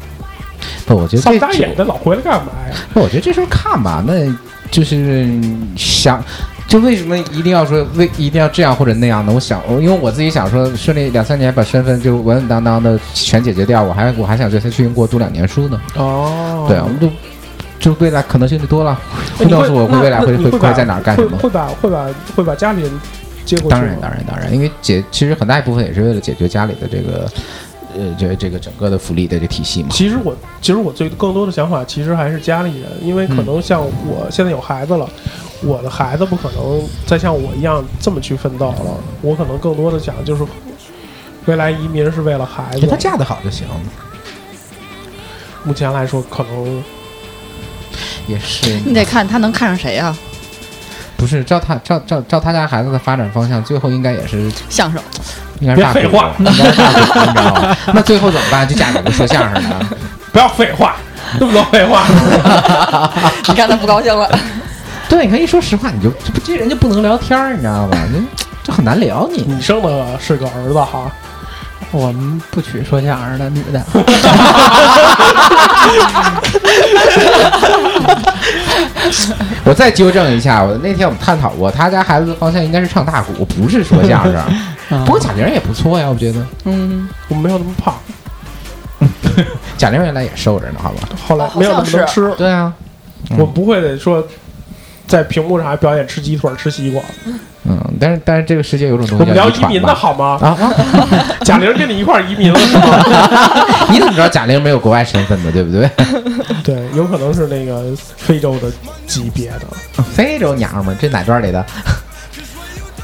不，我觉得丧这不打眼的老回来干嘛呀？不，我觉得这事儿看吧，那就是想，就为什么一定要说为一定要这样或者那样呢？我想，我因为我自己想说，顺利两三年把身份就稳稳当当的全解决掉，我还我还想再去英国读两年书呢。哦对啊，我们就就未来可能性就多了，不哎你告诉我那会未来那会你会把会在哪儿干什么会？会把会把会把家里人接过去吗？当然，当然，当然，因为解其实很大一部分也是为了解决家里的这个，呃，这这个整个的福利的这个体系嘛。其实我其实我最更多的想法其实还是家里人，因为可能像我现在有孩子了，我的孩子不可能再像我一样这么去奋斗了。我可能更多的想就是，未来移民是为了孩子。哎给她嫁得好就行。目前来说，可能也是， (laughs) 你得看他能看上谁啊？不是照他照照照他家孩子的发展方向，最后应该也是相声。应该是大别废股话应该是大股你知道吗？ (laughs) 那最后怎么办？就嫁给个说相声的？不要废话，那么多废话。你看他不高兴了。对，你看一说实话，你就这不这人就不能聊天儿，你知道吗？这这很难聊你。你生的是个儿子哈，我们不娶说相声的女的，我再纠正一下，我那天我们探讨过，他家孩子的方向应该是唱大鼓，不是说相声。不过贾玲也不错呀，我觉得 (laughs) 嗯，我没有那么胖，贾玲原来也瘦着呢， (laughs) 哦好吧？后来没有那么能吃。对啊，我不会得说在屏幕上还表演吃鸡腿、吃西瓜。嗯，但是但是这个世界有种东西我们叫聊遗移传民的吧好吗？啊，贾玲跟你一块儿移民了是吗？ (laughs) 你怎么知道贾玲没有国外身份的，对不对？ (laughs) 对，有可能是那个非洲的级别的非洲娘们儿，这哪段里的？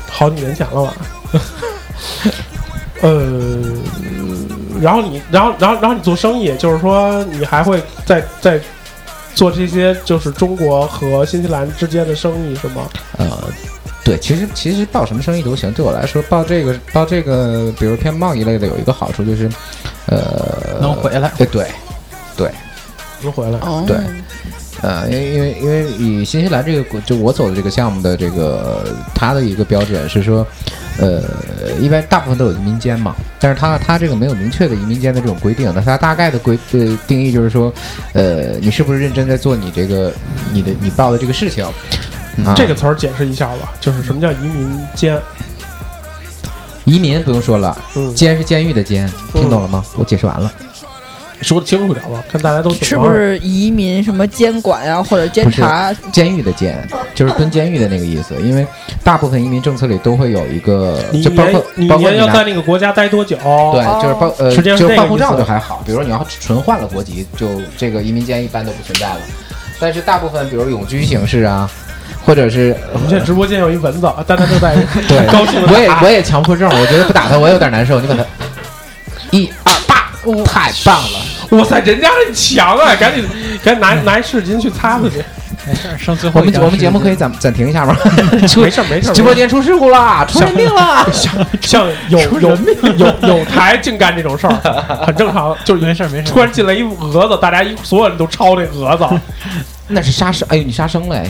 好女人讲了吧？ (laughs) 呃，然后你，然后，然后，然后你做生意，就是说你还会再再做这些，就是中国和新西兰之间的生意是吗？呃，对，其实其实报什么生意都行。对我来说，报这个报这个，比如偏贸易类的，有一个好处就是，呃，能回来哎，对，对，能回来？嗯哦对，呃，因为因为因为以新西兰这个国，就我走的这个项目的这个它的一个标准是说，呃，一般大部分都有移民监嘛，但是它它这个没有明确的移民监的这种规定，那它大概的规呃定义就是说，呃，你是不是认真在做你这个你的你报的这个事情？啊这个词儿解释一下吧，就是什么叫移民监？嗯移民不用说了，监是监狱的监，听懂了吗？我解释完了。说的清楚点吧，看大家都懂啊是不是移民什么监管啊，或者监不是察？监狱的监，就是蹲监狱的那个意思。因为大部分移民政策里都会有一个，你一就包年括你一哦包括年你要拿在那个国家待多久？对对，就是包呃，实际上就是这个换护意思照就还好。比如你要纯换了国籍，就这个移民监一般都不存在了。但是大部分，比如永居形式啊，或者 (laughs) 是我们现在直播间有一蚊子，大家都在 (laughs) 对，高兴的我也我也强迫症，我觉得不打他我有点难受。你 (laughs) 把他一二八，太棒了！哇塞，人家很强啊！赶紧赶紧拿拿一湿纸巾去擦擦去。没事，剩最我们我们节目可以暂暂停一 (laughs) 下吗？没事儿 (laughs) 没事儿，直播间出事故啦，出人命啦！像像 (laughs) 有有有有台净干这种 (laughs) 事儿，很正常。就是没事没事，突然进来一蛾子，大家一所有人都抄那蛾子， (laughs) 那是杀生。哎呦，你杀生了哎！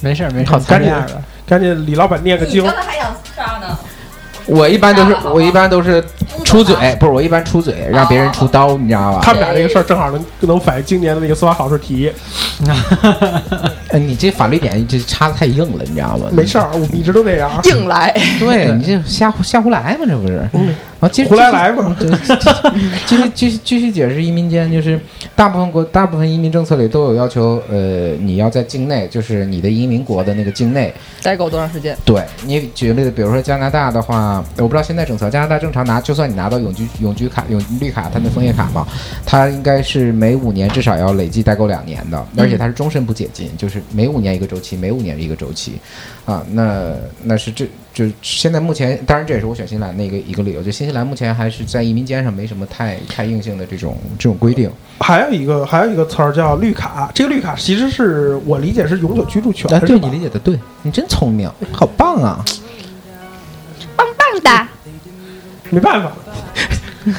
没事没事好，，啊哎赶这紧样的。赶紧，李老板呃念个经。才还想杀呢。我一般都是我一般都是出嘴，哎不是我一般出嘴让别人出刀，你知道吧？他们俩这个事儿正好能能反映今年的那个司法考试题。哎，你这法律点这插的太硬了，你知道吗？没事儿，我们一直都那样。 (laughs) 硬来，对你这瞎胡瞎胡来嘛，这不是？啊，接嗯胡来来嘛。对 (laughs) 继续继续继续解释移民间，就是大部分国大部分移民政策里都有要求，呃，你要在境内，就是你的移民国的那个境内，待够多长时间？对你举个例子，比如说加拿大的话，我不知道现在政策，加拿大正常拿，就算你拿到永居永居卡、永绿卡，它那枫叶卡嘛，它应该是每五年至少要累计待够两年的，而且它是终身不解禁，就是每五年一个周期，每五年一个周期，啊，那那是这就现在目前，当然这也是我选新西兰的一个一个理由，就新西兰目前还是在移民监上没什么太太硬性的这种这种规定，还有一个还有一个词儿叫绿卡，这个绿卡其实是我理解是永久居住权啊，，是对吧你理解的对，你真聪明，好棒啊！棒棒的。没办法，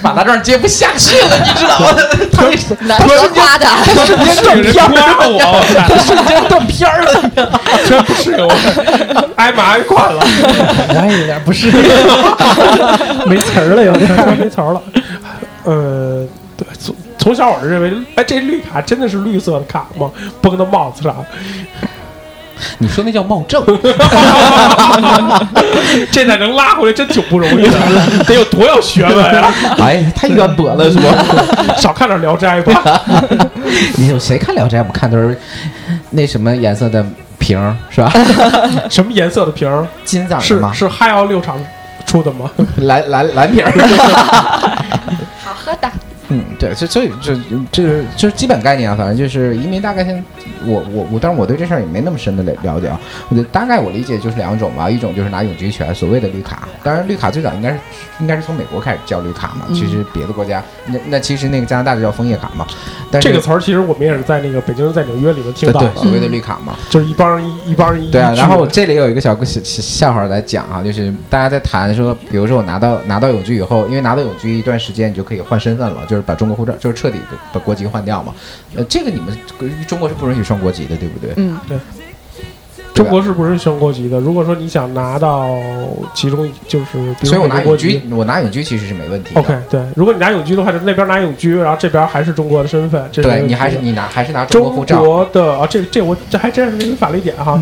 马大壮接不下去了，你知道吗？他男的夸的，他瞬间断片夸我我儿， (laughs) 操他瞬间断片儿了。 (laughs) 真不是我挨骂挨惯了， (laughs) 我也有哎点不适应， (laughs) 没词儿了，有点 (laughs) 没词儿了。呃，对，从从小我就认为，哎，这绿卡真的是绿色的卡吗？崩到帽子上， (laughs) 你说那叫冒 (laughs) 证，这才能拉回来，真挺不容易的，得有多有学问啊！ (laughs) 哎，太渊博了，是吧？少看点《聊斋》吧。你有谁看《聊斋》不看都是那什么颜色的瓶儿是 (laughs) 吧？什么颜色的瓶儿？金色的是吗？是嗨奥六厂出的吗？蓝蓝蓝瓶儿。 (laughs) 好喝的。 (laughs) 嗯，对，这所以这这是这是基本概念啊，反正就是移民大概现在我我我，但是我对这事儿也没那么深的了了解啊。我觉得大概我理解就是两种吧，一种就是拿永居权，所谓的绿卡。当然，绿卡最早应该是应该是从美国开始叫绿卡嘛，嗯其实别的国家那那其实那个加拿大就叫枫叶卡嘛。但是这个词儿其实我们也是在那个北京人在纽约里头听对到的对，所谓嗯的绿卡嘛。就是一帮人一一帮人一对啊，一然去后这里有一个小故小小笑话来讲啊，就是大家在谈说，比如说我拿到拿到永居以后，因为拿到永居一段时间，你就可以换身份了，就是把中国护照，就是彻底地把国籍换掉嘛。呃，这个你们中国是不允许双国籍的，对不对？嗯，对。中国是不是全国籍的？如果说你想拿到其中，就是比如所以我说拿美永国居籍，我拿永居其实是没问题的。 ，OK，对。如果你拿永居的话，就是那边拿永居，然后这边还是中国的身份，这没对问题你还是的你拿还是拿中中国护照。国的啊，这这我这还真是一个法律点哈。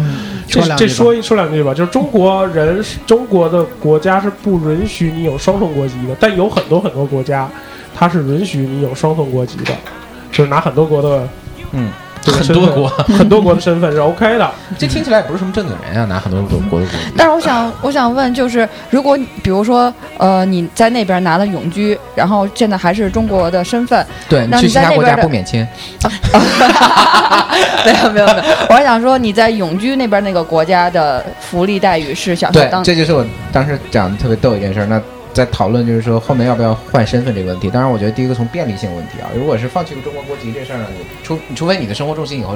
这嗯说两句这吧说一说两句吧，就是中国人是中国的国家是不允许你有双重国籍的，但有很多很多国家它是允许你有双重国籍的，就是拿很多国的嗯这个很身多份国 (laughs) 很多国的身份是 OK 的。这听起来也不是什么正经人呀，拿很多国国的国但是我想，我想问，就是如果你比如说，呃，你在那边拿了永居，然后现在还是中国的身份， (laughs) 对你那去你其在他那国家边不的，免签，没有没有没有，我还想说你在永居那边那个国家的福利待遇是享受对啊当，这就是我当时讲的特别逗一件事儿。那在讨论就是说后面要不要换身份这个问题。当然，我觉得第一个从便利性问题啊，如果是放弃个中国国籍这事儿呢，你除除非你的生活重心以后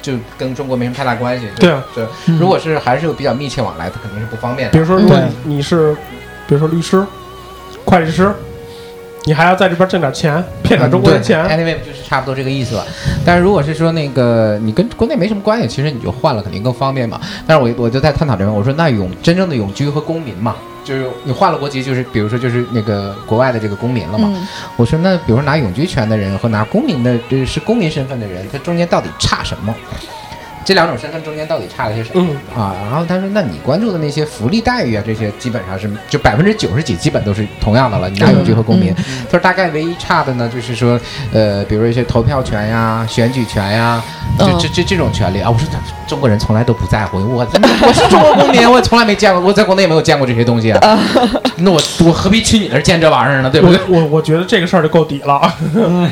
就跟中国没什么太大关系。就对啊就嗯如果是还是有比较密切往来，它肯定是不方便的。比如说，如果你你是，比如说律师、会计师，你还要在这边挣点钱，骗点中国的钱。嗯对 anyway，就是差不多这个意思吧。但是如果是说那个你跟国内没什么关系，其实你就换了肯定更方便嘛。但是我我就在探讨这个，我说那永真正的永居和公民嘛，就是你换了国籍，就是比如说就是那个国外的这个公民了嘛。嗯我说那比如说拿永居权的人和拿公民的这是公民身份的人，他中间到底差什么？这两种身份中间到底差了些什嗯么、啊？然后他说，那你关注的那些福利待遇啊，这些基本上是就百分之九十几，基本都是同样的了。你拿永居和公民，他说大概唯一差的呢，就是说，呃，比如一些投票权呀、选举权呀，这嗯这这这种权利啊。我说中国人从来都不在乎，我我是中国公民，我从来没见过，我在国内也没有见过这些东西啊。那我我何必去你那儿见这玩意儿呢？对不对？我我我觉得这个事儿就够底了。 (laughs)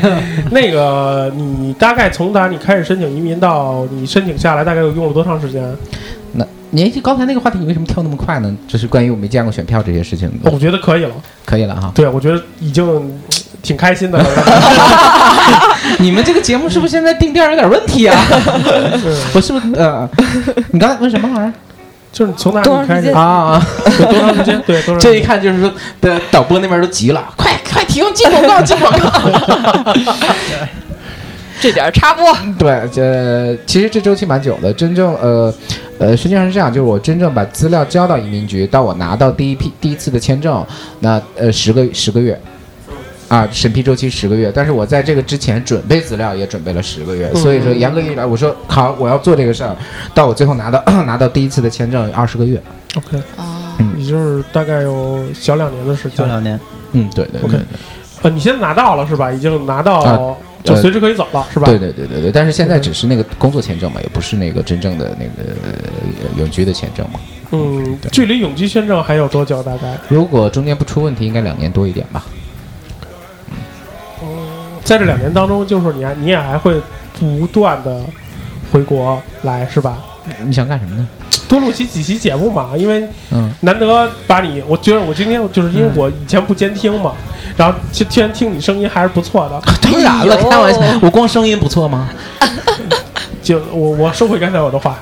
那个，你你大概从打你开始申请移民到你申请下来，大概又用了多长时间？那您刚才那个话题，你为什么跳那么快呢？就是关于我没见过选票这些事情，哦我觉得可以了，可以了哈。对我觉得已经挺开心的了。 (laughs) 你们这个节目是不是现在定调有点问题啊？ (laughs) 我是不是呃，你刚才问什么玩意儿？就是从哪里开始啊？啊有多长时间？对，多长 (laughs) 时间这一看就是说，的导播那边都急了，快快提供进广告，进广告。这点儿插播，对，这其实这周期蛮久的。真正呃呃，实际上是这样，就是我真正把资料交到移民局，到我拿到第一批第一次的签证，那呃十个十个月。啊，审批周期十个月，但是我在这个之前准备资料也准备了十个月，嗯所以说严格意义来，我说好，我要做这个事儿，到我最后拿到拿到第一次的签证二十个月， OK，也哦就是大概有小两年的时间。小两年嗯，对对对 OK 呃，你现在拿到了是吧？已经拿到啊，就呃随时可以走了是吧？对对对对对，但是现在只是那个工作签证嘛，也不是那个真正的那个呃永居的签证嘛。嗯，距离永居签证还有多久？大概如果中间不出问题，应该两年多一点吧。在这两年当中，就是你还你也还会不断的回国来是吧？你想干什么呢？多录期几期节目嘛，因为嗯难得把你，我觉得我今天就是因为我以前不监听嘛，然后今天听你声音还是不错的。当然了，开玩笑，我光声音不错吗？就我我收回刚才我的话，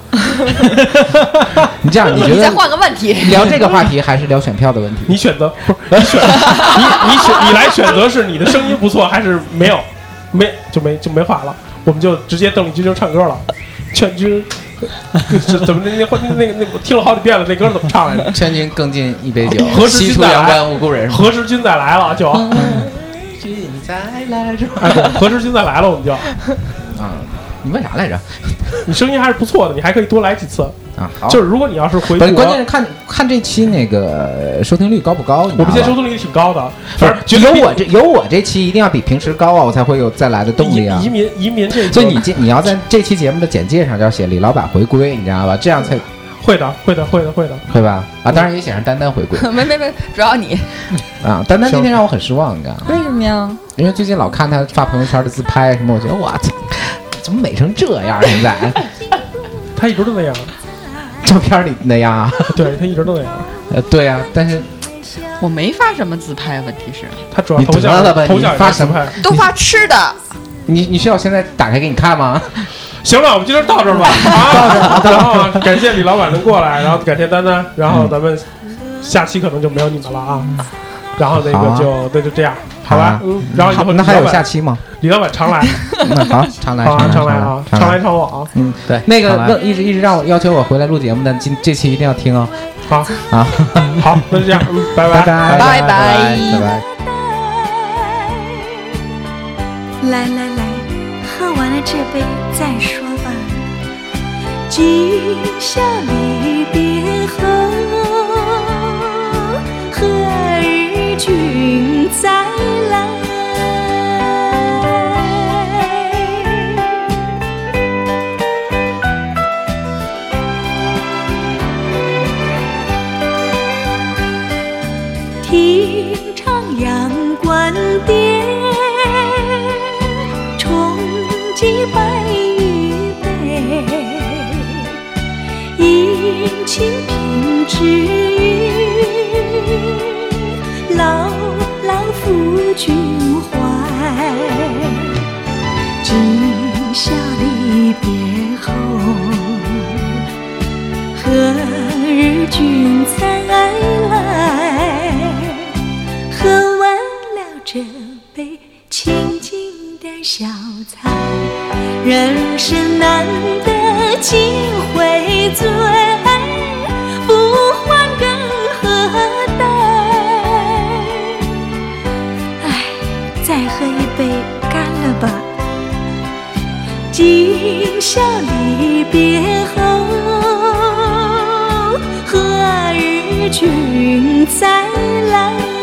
你这样，你觉 (laughs) 你再得换个问题，聊这个话题还是聊选票的 (laughs) 问题？你选择不是你选你你选你来选择是你的声音不错还是没有，没就没就没话了，我们就直接邓丽君就唱歌了，劝君。 (laughs) 这怎么那那那那那我听了好几遍了，那歌怎么唱来着？劝君更尽一杯 (laughs) 酒，何时西君出再阳来？关无故人。何时君再来了就，你再来是哎，对何时君再来了我们就。啊，你问啥来着？你声音还是不错的，你还可以多来几次。啊，好。就是如果你要是回不是，国关键是看看这期那个收听率高不高。我们现在收听听率挺高的，不是有我这有我这期一定要比平时高啊，我才会有再来的动力啊。移民移民这个，所以你这你要在这期节目的简介上就要写李老板回归，你知道吧？这样才会的，会的，会的，会的。会吧？啊，当然也写上丹丹回 (laughs) 归 (laughs) 没没没，主要你啊。丹丹今天让我很失望，你知道吗？为什么呀？因为最近老看他发朋友圈的自拍什么，我觉得哇，这怎么美成这样？现在他一直都那样，照片里那样啊？ (laughs) 对他一直都那样。呃，对啊，但是我没发什么自拍，啊问题是他主你得了吧？头你像发什么？都发吃的，你你需要现在打开给你看吗？行了，我们今天到这 (laughs) 儿吧。啊，然后啊感谢李老板能过来，然后感谢丹丹，然后咱们下期可能就没有你们了啊。然后那好个啊就那就这样，好吧啊？嗯，然后以后那还有李老板下期 (laughs) 吗？李老板常来，那好，常来好啊常常来啊啊，常来来。常往啊。嗯，对，那个常来问一直一直让我要求我回来录节目的，今这期一定要听哦。好啊，好，那就这样，嗯拜拜 (laughs) 拜拜拜拜拜拜。来来来，喝完了这杯再说吧。今宵离别后，何日君再来？蓝蝶，重寄白玉杯，殷勤品之韵，牢牢抚君怀。今宵离别后，何日君再来？喝完了这杯清静的小菜，人生难得几回醉，不欢更何待？哎，再喝一杯，干了吧！今宵离别后，何日君再来？